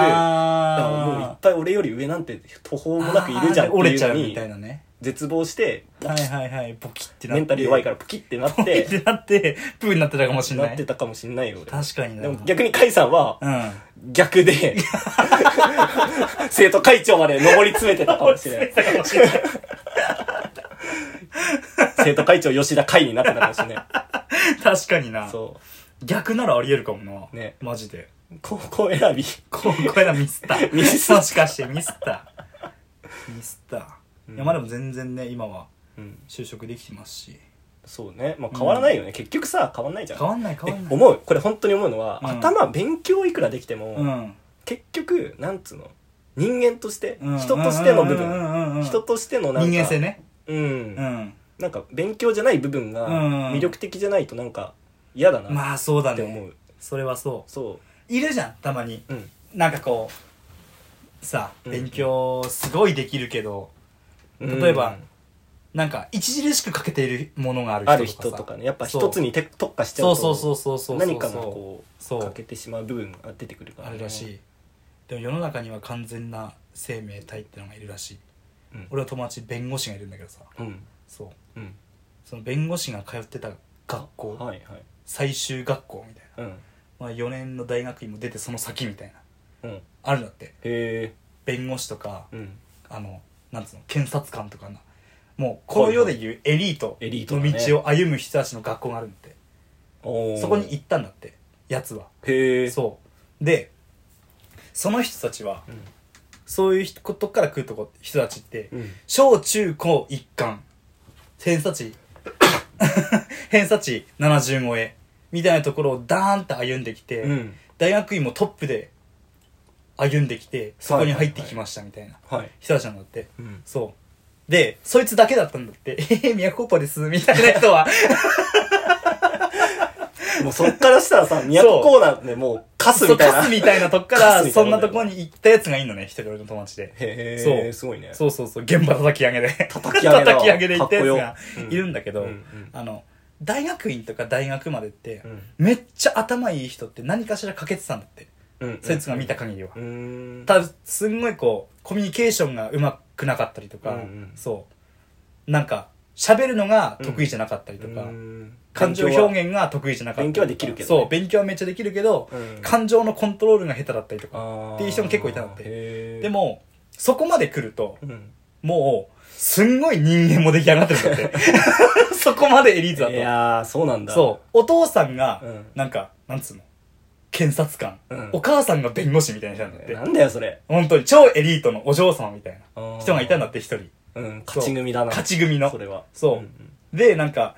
らもういっ
あ
ぱい俺より上なんて途方
ー
もなくいるじゃん
あ
っ
ー
て
折
い
れち
う
ゃ
の
うみたい
に、
なね
絶望して、
はいはいはいボキってなっ
メ
て
ンタル弱いかららポキってなっ、
ボキっててなってプーになってたか もしれな
なって
い
たかもしんないよ、俺。
確かにな
でも逆に甲斐さんは、
うん
逆で、 生徒会長まで上り詰めてたかもし れない。
たかもしれない
生徒会長吉田甲斐になってたかもしれない。
確かにな
そ
逆ならありえるかもな
ね
マジで
う。高校選び。
ここやなミスった。
ミスった
もしかしてミスった。ミスった。いや、まあでも全然ね、今は
うん。
就職できてますし。
そうね。まあ変わらないよね。結局さ、変わんないじゃん。
変わんない変わん
え
ない。
思う。これ本当に思うのは、
うん
頭勉強いくらできても、
うん。
結局なんつうの人間として、
うん
人としての部
うんうんうんうんう
分
ん
人としてのなんか
人間性ね。
うん、
うん。
なんか勉強じゃない部分が
うん
魅力的じゃないとなんか嫌だなっ
まあそうだ
て思う、
ね。それはそ。
そう
いるじゃん、たまに。
ううん
なんかこう、さ、
うん
勉強すごいできるけど、例えばなんか著しく欠けているものがある人とか
ある人
さ。
とかねやっぱ
そう
一つに手特化しちゃ
そう
と
うそうそうそうそうそう。
何かのこ
そう
う欠けてしまう部分が出てくるから、
あるらしいでも世の中には完全な生命体ってのがいるらしい、
うん
俺は友達弁護士がいるんだけどさ
うん
そう
うん
その弁護士が通ってた学校、
はいはい
最終学校みたいな、
うん
まあ、4年の大学院も出てその先みたいな
うんへ
あるんだって
え
弁護士とか、
うん
あのなんつうの検察官とかなもうこの世でいうエリート
エリートだ
の
ね
道を歩む人たちの学校があるんだって、
おー
そこに行ったんだってやつは
へえ
そうでその人たちは、
ん
そういうことから来るとこ人たちって、
うん
小中高一貫偏差値 偏差値70超えみたいなところをダーンと歩んできて、
うん
大学院もトップで歩んできてそこに入ってきましたみたいな
はい
人たちなんだって、
うん
そうでそいつだけだったんだって「 ええ宮古パです」みたいな 人は
もうそっからしたらさ、宮古コーナーでもう、カス
そう
みたい
カ
な。
ス
へ
みたいなとこ
カ
か
ス
ら
みた
そ
い
ん
な
なとこに行ったやつがいんのね一人俺の友達でそ
え、
う
すごいね。
そうそうそう、現場叩き上げで。
叩き上げだ
叩き上げで行ったやつ
か
が
っこようん
いるんだけど、
うんうん
あの、大学院とか大学までって、
うん
めっちゃ頭いい人って何かしら欠けてたんだって。
うん。うん
そいつが見た。限りは
う。ん。
ただ、すんごいこう、コミュニケーションがうまくなかったりとか、
うんうん
そう。なんか、喋るのが得意じゃなかったりとか、感情表現が得意じゃなかった
勉
りとか
強はできるけどね
そう勉強はめっちゃできるけど、
うん
感情のコントロールが下手だったりとか
っ
っていう人も結構いたので
で
で、もそこまで来ると
うん
もうすんごい人間も出来上がってるん だってそこまでエリートだと
いやーそうなんだ
そうお父さんが
うん
なんか、なんつうの検察官、
うん
お母さんが弁護士みたいな人なんだって
なんだよそれ
本当に超エリートのお嬢様みたい
あー
な人がいたんだって一人
うん勝ち組だな
勝ち組の
それは
そう、でなんか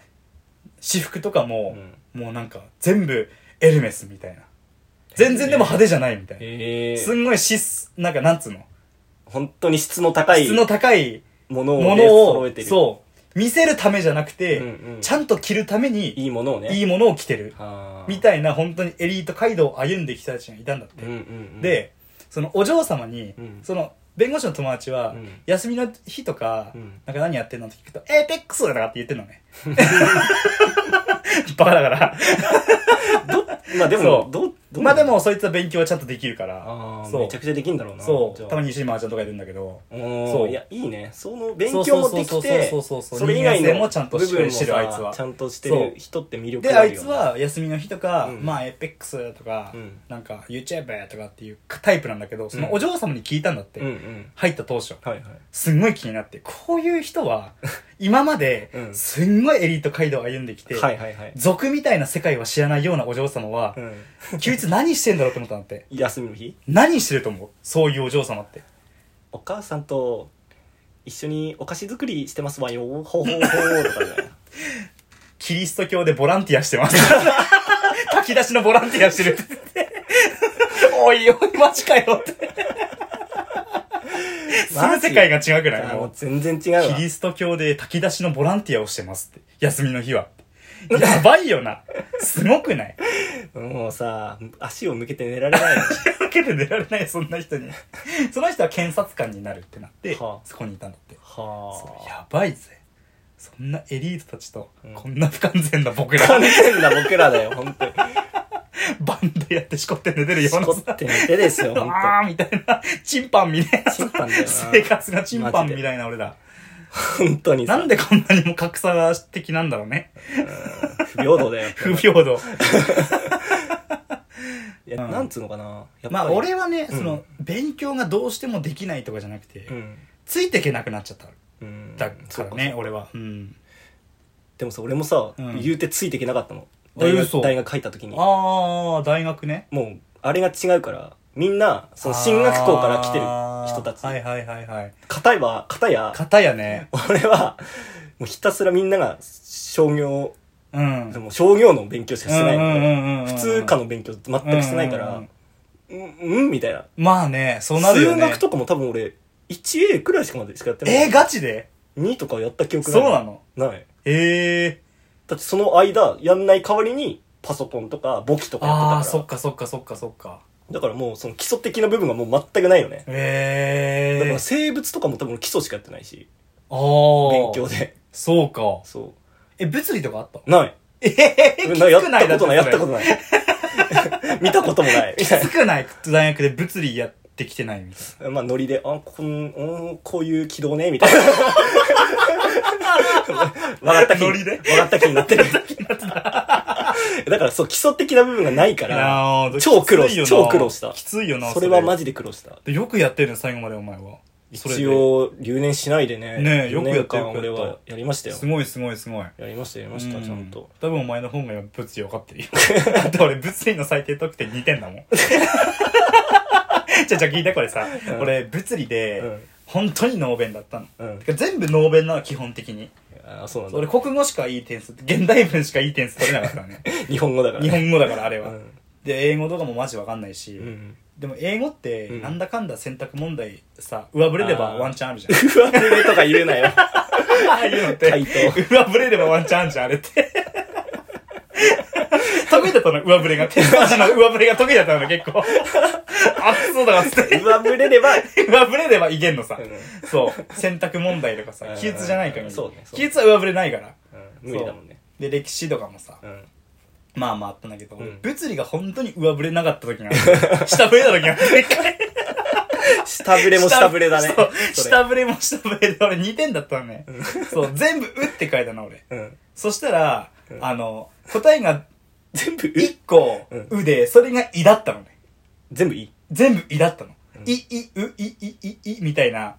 私服とかも、もうなんか全部エルメスみたいな全然でも派手じゃないみたいな、
ええ
すんごい質なんかなんつうの
本当に質の高い
質の高い
ものを
も
ね
の
揃え
を
てる
そう見せるためじゃなくて、
うんうん
ちゃんと着るために
いいものをね
いいものを着てる
はあ
みたいな本当にエリート街道を歩んできた人たちがいたんだって、
うんうんうん
でそのお嬢様に、
うん
その弁護士の友達は、
うん
休みの日とか、
うん
なんか何やってんのって聞くと「エーペックス!」とかって言ってんのね バカだから
まあで
そ
も
う
どうどう
まあでもそいつは勉強はちゃんとできるから
ああ
そう
めちゃくちゃできんだろうな
そ
じゃ
う
あ
たまに一緒に麻雀とかやるんだけど
そ
そうう
いやいいねその勉強もできて
そうそうそうそうそうそう
それ以外
人間性
の
もちゃんと
部
しっか
分も
りしてるあいつ
さ
は
ちゃんとしてる人って魅力
で
あ
あ
る
い
よ
つ
な
は休みの日とか、
うん
まあエーペックスとか、
うん
なんか YouTube とかっていうタイプなんだけどそのお嬢様に聞いたんだって、
うんうん
入った当初
はいはい
すんごい気になってこういう人 は今まで
うん
すんごいエリート街道を歩んできて、
はいはいはい
俗みたいな世界は知らないようなお嬢様は
う、ん
休日何してん だろうって思ったんだって。
休みの日
何してると思うそういうお嬢様って。
お母さんと一緒にお菓子作りしてますわよほうほうほうとかじゃない
キリスト教でボランティアして ます。炊き出しのボランティアしてるって言って。 おいおい、マジかよ って。その世界が違く ない
あも
も
う
う
全然違うわ
キリスト教で炊き出しのボランティアをしてますって。休みの日は。やばいよな。すごくない
もうさ足を向けて寝られない
受けて出られないそんな 人にその人は検察官になるってなって、
はあ
そこにいたんだってそう
はあ
やばいぜそんなエリートたちと、
うん
こんな不完全な僕ら
完全な僕らだよ本当 に
バンドやってしこって寝てるよう
し
な
こって寝てです よ本
あーみたいなチンパンみたいな
チンパン だよな
生活がチンパンみたいな俺ら
当に本当に
な
さ
んでこんなにも格差が的なんだろうね
不平等だよ
不平等
いや
うん
なんつうのかなやっぱり
まあ俺はね、
うん
その勉強がどうしてもできないとかじゃなくて、
うん
ついていけなくなっちゃった
うん
だからね、俺はうん
でもさ俺もさ、
うん
言うてついていけなかったの
あ
大学
嘘
大学入った時に
ああ大学ね
もうあれが違うからみんなその進学校から来てる人たち
あーはいはいはいはい
片や片や
片やね
俺はもうひたすらみんなが商業
うん
でも商業の勉強しかしてないので、
の
普通科の勉強全くしてないから、うん、うんみたいな。
まあねそうなるよね
数学とかも多分俺、1A くらいしかまでしかやってない。
えー、ガチで
2とかやった記憶ない。
そうなの
ない。
ええ
だってその間、やんない代わりに、パソコンとか、簿記とかやってた
あ
か
あ
ら。
そっかそっかそっかそっか
だからもう、その基礎的な部分がもう全くないよね。だか
ええ
ら生物とかも多分基礎しかやってないし、
ああ
勉強で。
そうか
そ
え物理とかあった
う。ない。
ええー、き
なやっ
つくない
たことない、やったこと
い
ない。 見たこともない。み
き
たいな
つくない大学で物理やってきてないみたいな
まあ、ノリで、あ、こん、おーこういう軌道ね、みたい な。わかった気に、
ノリで
わかった気になってる。 だから、そう、基礎的な部分がないから、
いやー
超苦労し
きついよな
超苦労した
きついよな
それはマ
ジ
ジで苦労した。
よくやってるね最後までお前はそれで
一応、留年しないでね。
ねえよくやって
4
る
年間俺はやりましたよ
す。ごいすごいすごい
やりました、やりました、ちゃんと。
多分お前の方が今物理分かってるよ だって俺物理の最低得点2点 だもんじゃあじゃあ聞いてこれさ、
ん
俺物理で、
うん
本当に能弁だったの、
うん
てか全部能弁なの基本的に
あ、そうなん
俺
だ。
国語しかいい点数現代文しかいい点数取れなかったのね
日本語だから。
日本語だからあれは、
うん
で英語とかもマジ分かんないし、
うん。
でも英語って
うん
なんだかんだ選択問題さ上振れれば
あー
ワンチャンあるじゃん
ふわふれとか言うなよ。
ああいうのって
回答
上振れればワンチャンあんじゃんあれって得意だったの上振れが手足の上振れが得意だったの結構あ そうだなっつって
上振れれば、
上振れればいけんのさ、
う
そう選択問題とかさ記述じゃないから
そうねそう
記述は上振れないから
無理だもんね。
で歴史とかもさ
うん。
まあまああったんだけど、
うん
物理が本当に上振れなかった時があって下振れた時があって一回
下下振れも下振れだね
そう。
それ
下振れも下振れで、俺2点だったのね。そう、全部うって書いたの、俺。
うん。
そしたら、あの、答えが
全部う
1個うで、それがいだったのね。
全部いい
全部いだったの。い、い、う、い、い、い、い、みた いな。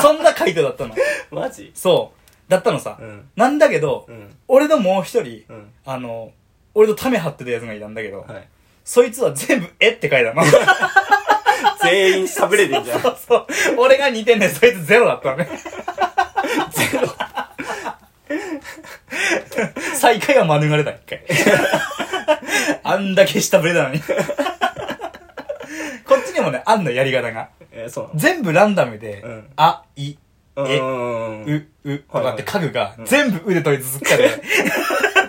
そんな回答だったの。
マジ
そう。だったのさ。
うん
なんだけど、
うん。
俺のもう一人、
うん。
あの、俺とため張ってたやつがいたんだけど、
はい。
そいつは全部えって書いたの。
全員下振れてんじゃん。
そうそう。俺が2点で、そいつゼロだったのね。
ゼロ。
最下位は免れた、一回。あんだけ下振れなのに。こっちにもね、あんのやり方が。
えー、そうなの
全部ランダムで、
うん
あ、い、
う
え
んうんうん。
う、う、とかって家具が
う、ん
全部腕取り続くからね、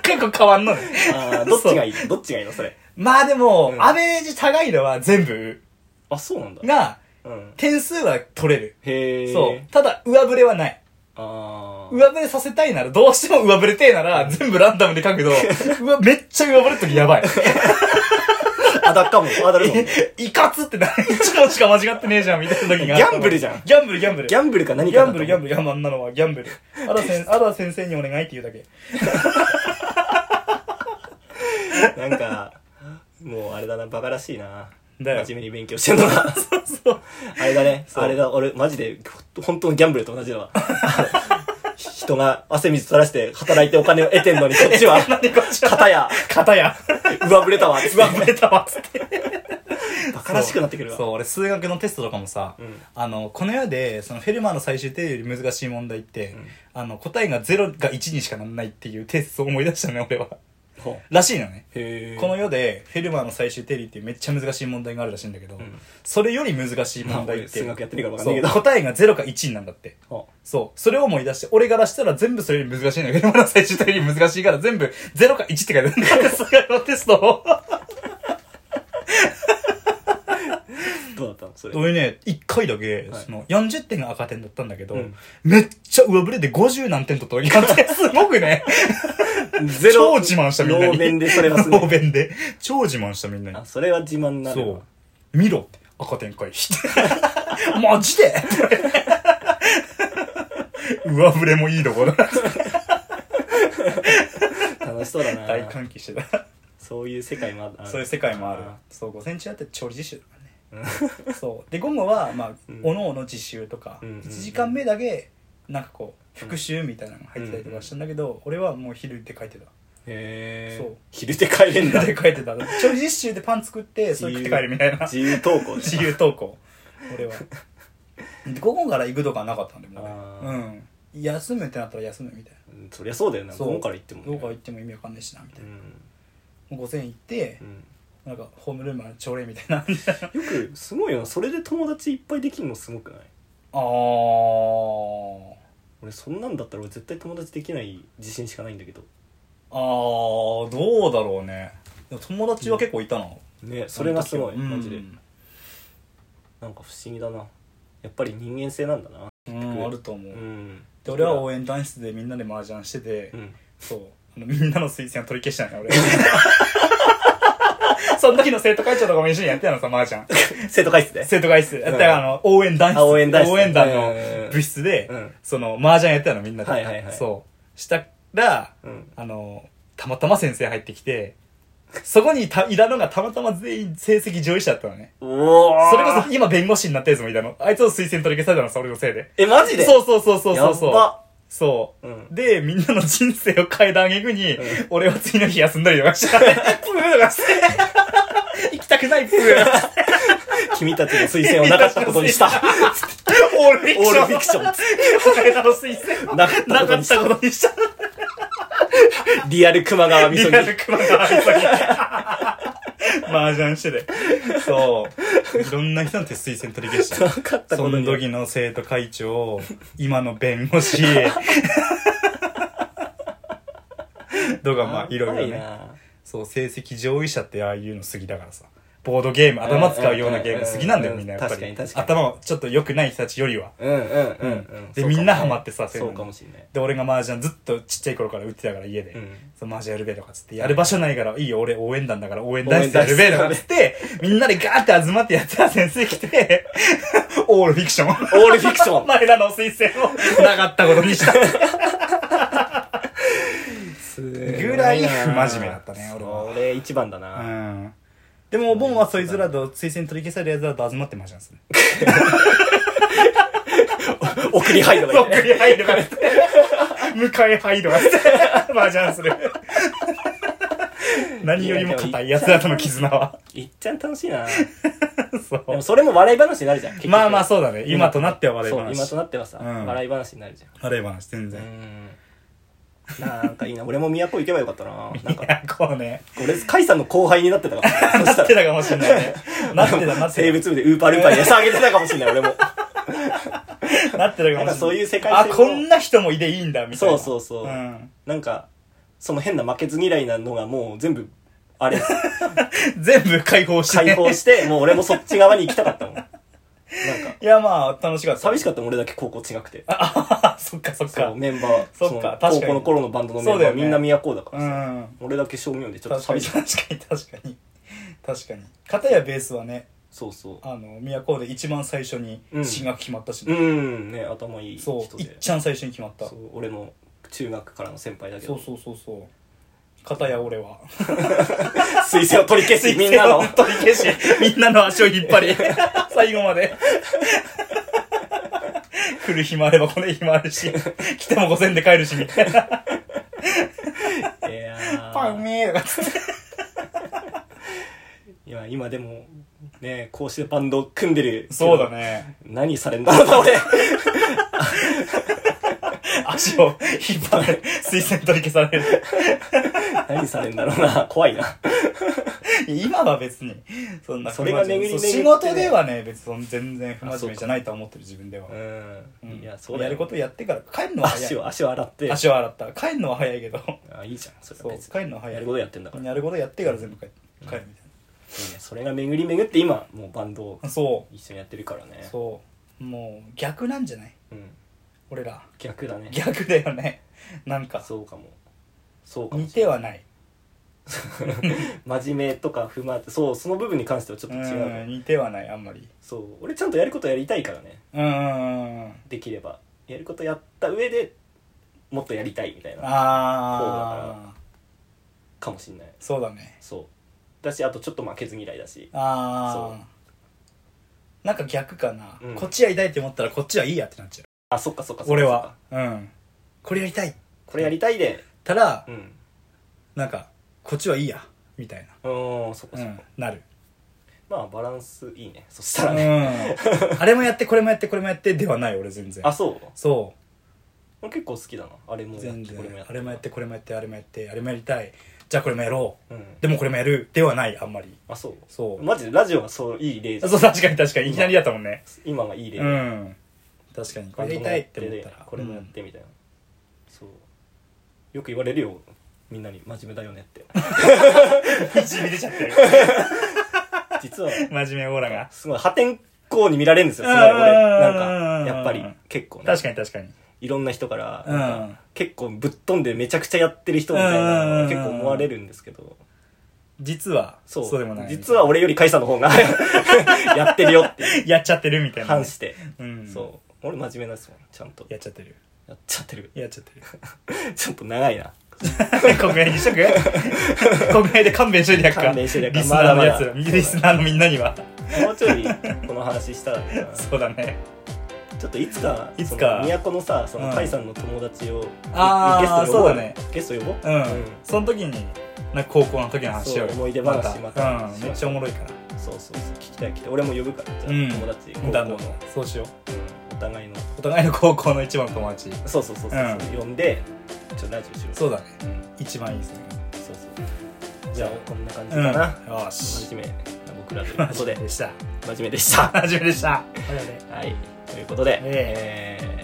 結構変わんのね。
あーどっちがいいどっちがいいのそれ。
まあでも、
うん
アベレージ高いのは全部
あ、そうなんだ。
が、
うん。
点数は取れる。
へえ。
そう。。ただ、上振れはない。
あー。
上振れさせたいなら、どうしても上振れてえなら、全部ランダムで書 くけど、うわ、めっちゃ上振れるときやばい。
当たっかも。当たるも ん。
いかつってな、一問しか間違ってねえじゃん、みたいな時が。
ギャンブルじゃん
ギャンブル、ギャンブル。
ギャンブルか何
ギ
か
ャ
だ
ン
と
ブ
思
ル、
う
ギャンブル、いや、あんなのはギャンブル。あら 先、あら先生にお願いって言うだけ。
なんか、もうあれだな、バカらしいな。
だよ
真面目に勉強してんのが。
そう。
あれだね。
そう
あれだ、俺、マジで、ほ本当のギャンブルと同じだわ。あの人が汗水垂らして働いてお金を得てんのに、こっちは、
何こっちは、
片や、
肩や。
上振れたわ。
上振 れたわ、つって。
バカらしくなってくるわ。
そう、俺数学のテストとかもさ、
うん
あの、この世で、そのフェルマーの最終定理より難しい問題って、あの、答えが0が1にしかならないっていうテストを思い出したね、俺は。
ほう
らしいのね。
へえ。
この世でフェルマーの最終定理っていうめっちゃ難しい問題があるらしいんだけど、
ん
それより難しい
まあ
問題って、
俺数学やってるからわかんないけど
そう答えが0か1になんだって
ほ
そうそれを思い出して俺からしたら全部それより難しいんだけどフェルマーの最終定理より難しいから全部0か1って書いてあるんだよ数学のテストを
うどうだったのそれ。
俺ね1回だけ、
はい
その40点が赤点だったんだけど、
うん
めっちゃ上振れで50何点取った時なんてすごくね
ゼ
超自慢したみんなに
能面でそれはす ご
方
い。
便で超自慢したみんなに
あ、それは自慢になるわ。
そう。見ろって、赤展開して。 マジで 上振れもいいところだ。
楽しそうだ
大
な。
歓喜してた。
そういう世界もある。
そういう世界もある。そう、午前中だって調理実習だからね。そう。で、午後は、まあ、
うん
おのおの実習とか、
うんうんうん
1時間目だけ、なんかこう、復習みたいなのが入ってたりとかしたんだけど、俺はもう昼って書いてた。
へえ。
そう
昼で帰れん
昼
だ。
で書いてた。調理実習でパン作って、それ食って帰るみたいな。
自由投 稿で
自由投稿俺はで午後から行くとかなかったんでも
あ
うねうん休むってなったら休むみたい
うんそりゃそうだよな。
な
午後から行ってもね。
どこから行っても意味わかんないしなみ
う
たいな、
ん。
もう午前行って
う、ん
なんかホームルームの朝礼みたい なああ
よくすごいよなそれで友達いっぱいできるのすごくない俺そんなんだったら俺絶対友達できない自信しかないんだけど
あーどうだろうねでも友達は結構いたな、
ねそれがすごい
うん
マジでなんか不思議だなやっぱり人間性なんだな
うんあると思う、
うん
で俺は応援団室でみんなで麻雀してて、
うん
そうあのみんなの推薦を取り消したのよ俺 その時の生徒会長とかも一緒にやってたのさ麻雀
生徒会室で
生徒会室。だからあの、応援団室。
あ応援団室
団
う
の
んうんうん
部室で
うん、
その、麻雀やってたのみんなで。
はいはいはい
そう。したら、
うん
あの、たまたま先生入ってきて、そこにたいたのがたまたま全員成績上位者だったのね。
おお
それこそ今弁護士になったやつもいたの。あいつを推薦取り消されたのさ、俺のせいで。
えマジで
そうそうそうそうそう
や
そ
っ
う。
ば
そう、
うん
で、みんなの人生を変えた挙句に、
うん
俺は次の日休んだりとかして、 プーと かして、行きたくないプーとかして
君たちの推薦をなかったことに した
オールフィク
オー
シ
ル
ョン。
フィクション
俺らの推薦
なかった
な
こと
か
に
っ
した
たことにした。
リアル熊川み
リ
そぎ
アル熊川麻雀してて。そう。いろんな人の手推薦取り消し
な
た。
かった
そ
こと
の
に
時の生徒会長、今の弁護士、とかまあいろいろ
やば
ね。
な
そう、成績上位者ってああいうの好きだからさ。ボードゲーム、頭使うようなゲーム好きなんだよ、
うんう
み
ん
ん
うん
なやっぱ
確か
り
に確。かに
頭をちょっと良くない人たちよりは。
うんうんうんうん。
で
そうかもね
みんなハマってさそう
そ
いうの
うかもしれない。
で、俺が麻雀ずっとちっちゃい頃から打ってたから家で。
うん
そうマージやるべとかつって、やる場所ないから、いいよ、俺応援団だから応援団室やるべとかつ って、みんなでガーって集まってやってたら先生来て、 オールフィクション。
オールフィクション
前らの推薦をなかったことにした。ぐらい不真面目だったね俺は
俺一番だ
う
な。
ん。でも、お盆はそいつらと推薦取り消されるやつらと集まってましたんすね。
送り入る
そ
わ
っ くり入るからって。迎え入るからって。 麻雀する。何よりも硬い奴らとの絆は。
いっちゃん楽しいな。
そう
でもそれも笑い話になるじゃん。結局
まあまあそうだね。今となっては笑い
そう今
話
と。なってはさ、
うん
笑い話になるじ
笑い話、全
ゃん。う
然。
ん。なんかいいな。俺も都行けばよかったな。なん
い
か、
や、こうね。
俺、カイさんの後輩になってたから。そ
な
し
ったて
ら、
たかもしんな いね。なってた、なってた。
生物部でウーパールーパーに餌あげてたかもしれない、俺も。
なってたかもしんな
なん
い。
かそういう世界
あ、
線も
こんな人もいでいいんだ、みたい
そう
な。
そうそう
うん。
なんか、その変な負けず嫌いなのがもう全部、あれ、
全部解放して。
解放 して、もう俺もそっち側に行きたかったもん。なんか、
いや、まあ、楽しかった。
寂し
かっ
かったもん俺だけ高校違くて。
た。 そっか、そっ
そ
か
う、。メンバー、
そっか
の
確かに
高校の頃のバンドのメ
そ
ン
うだ
バ
よ
ー
ね
みんな都だか
う
らさ。
ん。
俺だけ商業でちょっと寂
確かに、
しい。
確かに、確かに。確かに。片やベースはね、
そうそ
あの、都で一番最初に
うん
進学決まったし
う。う
ね。
ん、ね、頭いい人
そう、いっ
で。
ちゃん最初に決まった。
そう俺の中学からの先輩だけ
そ
ど
う、そうそうそう。片や俺は。
推薦を取り消し、みん なの。
取り消し、みんなの足を引 っ張り、最後まで。 来る日もあれば来ない日もあるし、来ても5000で帰るし、みたいな。
いやー
パンめーとかつって。
いや、今でも、ね、こうしてバンド組んでる。
そうだ。ね。
何されんだろうな、俺。
足を引っ張る。推薦取り消される。
何されんだろうな。怖いな。
いや今は別に、そんな
それが巡り巡ってね
そう仕事ではね、別に全然不真面目じゃないとは思ってる自分では。
う。
うんん
いや、そうだよ
やることやってから帰るのは早い。
足を、足を洗って。
足を洗った。帰るのは早いけど。
あ、いいじゃん。それ
そ
は
う、
別
帰るのは
に。
早い。
やることやってんだから。
やることやってから全部帰る。帰るみたい
いいねそれが巡り巡って今、もうバンドを
な。そう。
一緒にやってるからね。
そうもう逆なんじゃない
うん。
俺ら
逆だね。
逆だよね なんか
そうかも。そうかも
似
しれ
て
ない。
はない
真面目とか不満って、そう、その部分に関してはちょっ
う
と違
ん
う。
似てはないあんまり
そう。俺ちゃんとやることやりたいからね。
うんうんうん
できれば。やることやった上で、もっとやりたいみたいな。こう
ああ
かもしんない。
そうだね
そう。だし、あとちょっと負けず嫌いだし。
ああなんか逆かな、
うん
こっちやりたいって思ったらこっちはいいやってなっちゃう
あ、そっかそっかそっか。
俺
そっ
は
か。
うんこれやりたい
これやりたいで。
たら、
うん。
なんかこっちはいいやみたいな
うーん、そっか
う
そっか。
んなる
まあバランスいいねそし
う
たらね、
んあれもやってこれもやってこれもやってではない俺全然
あそう
そう
俺結構好きだなあれもやっ
全
てこれも
然
やっ
あ
て
れもやってこれもやってあれもやってあれもやりたいじゃあこれもやろ
うん
うでもこれもやるではないあんまり
あそう
そう
マジでラジオがそういい例じゃん
そう確かに確かにいきなりだったもんね
今がいい例、
うん確かにこれやりたいって思ったら
これもやってみたいな、そうよく言われるよみんなに真面目だよねって
うん一見出ちゃってる
実は
真面目オーラが
すごい破天荒に見られるんですよすごい
うん
俺なんかやっぱり結構ね
確かに確かに
いろんな人から
うん
なんか結構ぶっ飛んでめちゃくちゃやってる人みたいな
うん
結構思われるんですけど
実は
そう
そうでもない
実は俺より甲斐さんの方が やってるよっていう
やっちゃってる みたいなね
反して、
うん
そう俺真面目なんですもんちゃんと
やっちゃってる
やっちゃってる
やっちゃってる
ちょっと長いな
国名にしと く国名で勘弁しといてやっか
勘弁しといてやっか
リスナーのやつら
まだまだ
リスナーのみんなには
もうちょいこの話したらいい な
そうだね
ちょっといつか
いつか
その都のさその
うん
甲斐さんの友達を、
あー
ゲスト呼ぼ
そうだね
ゲスト呼ぼう
うん、その時になんか高校の時の話しようよ
そう思い出話ま
ま
た
た、うん、めっちゃおもろいから
そうそうそう聞きたい聞きたい俺も呼ぶからじゃあ、
うん
友達
だん
高
だん
校の、
そうしよう
うんお互いの
お互いの高校の一番の友達
そうそうそうそう、呼んでちょっとラジオしよう
そうだね
うん、
一番いいですね
そうそうじゃあこんな感じ
うん
かな、
よし
真面目な僕 らということで
でした
真面目でした
初めてでした
はい、ということで、
え
えー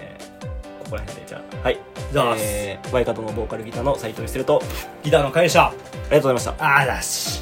ここら辺でじゃあ、はい、
じゃあ
えーワイカトのボーカルギターの斉藤してると、あり
ギターの会社
がとうございました。
あーだし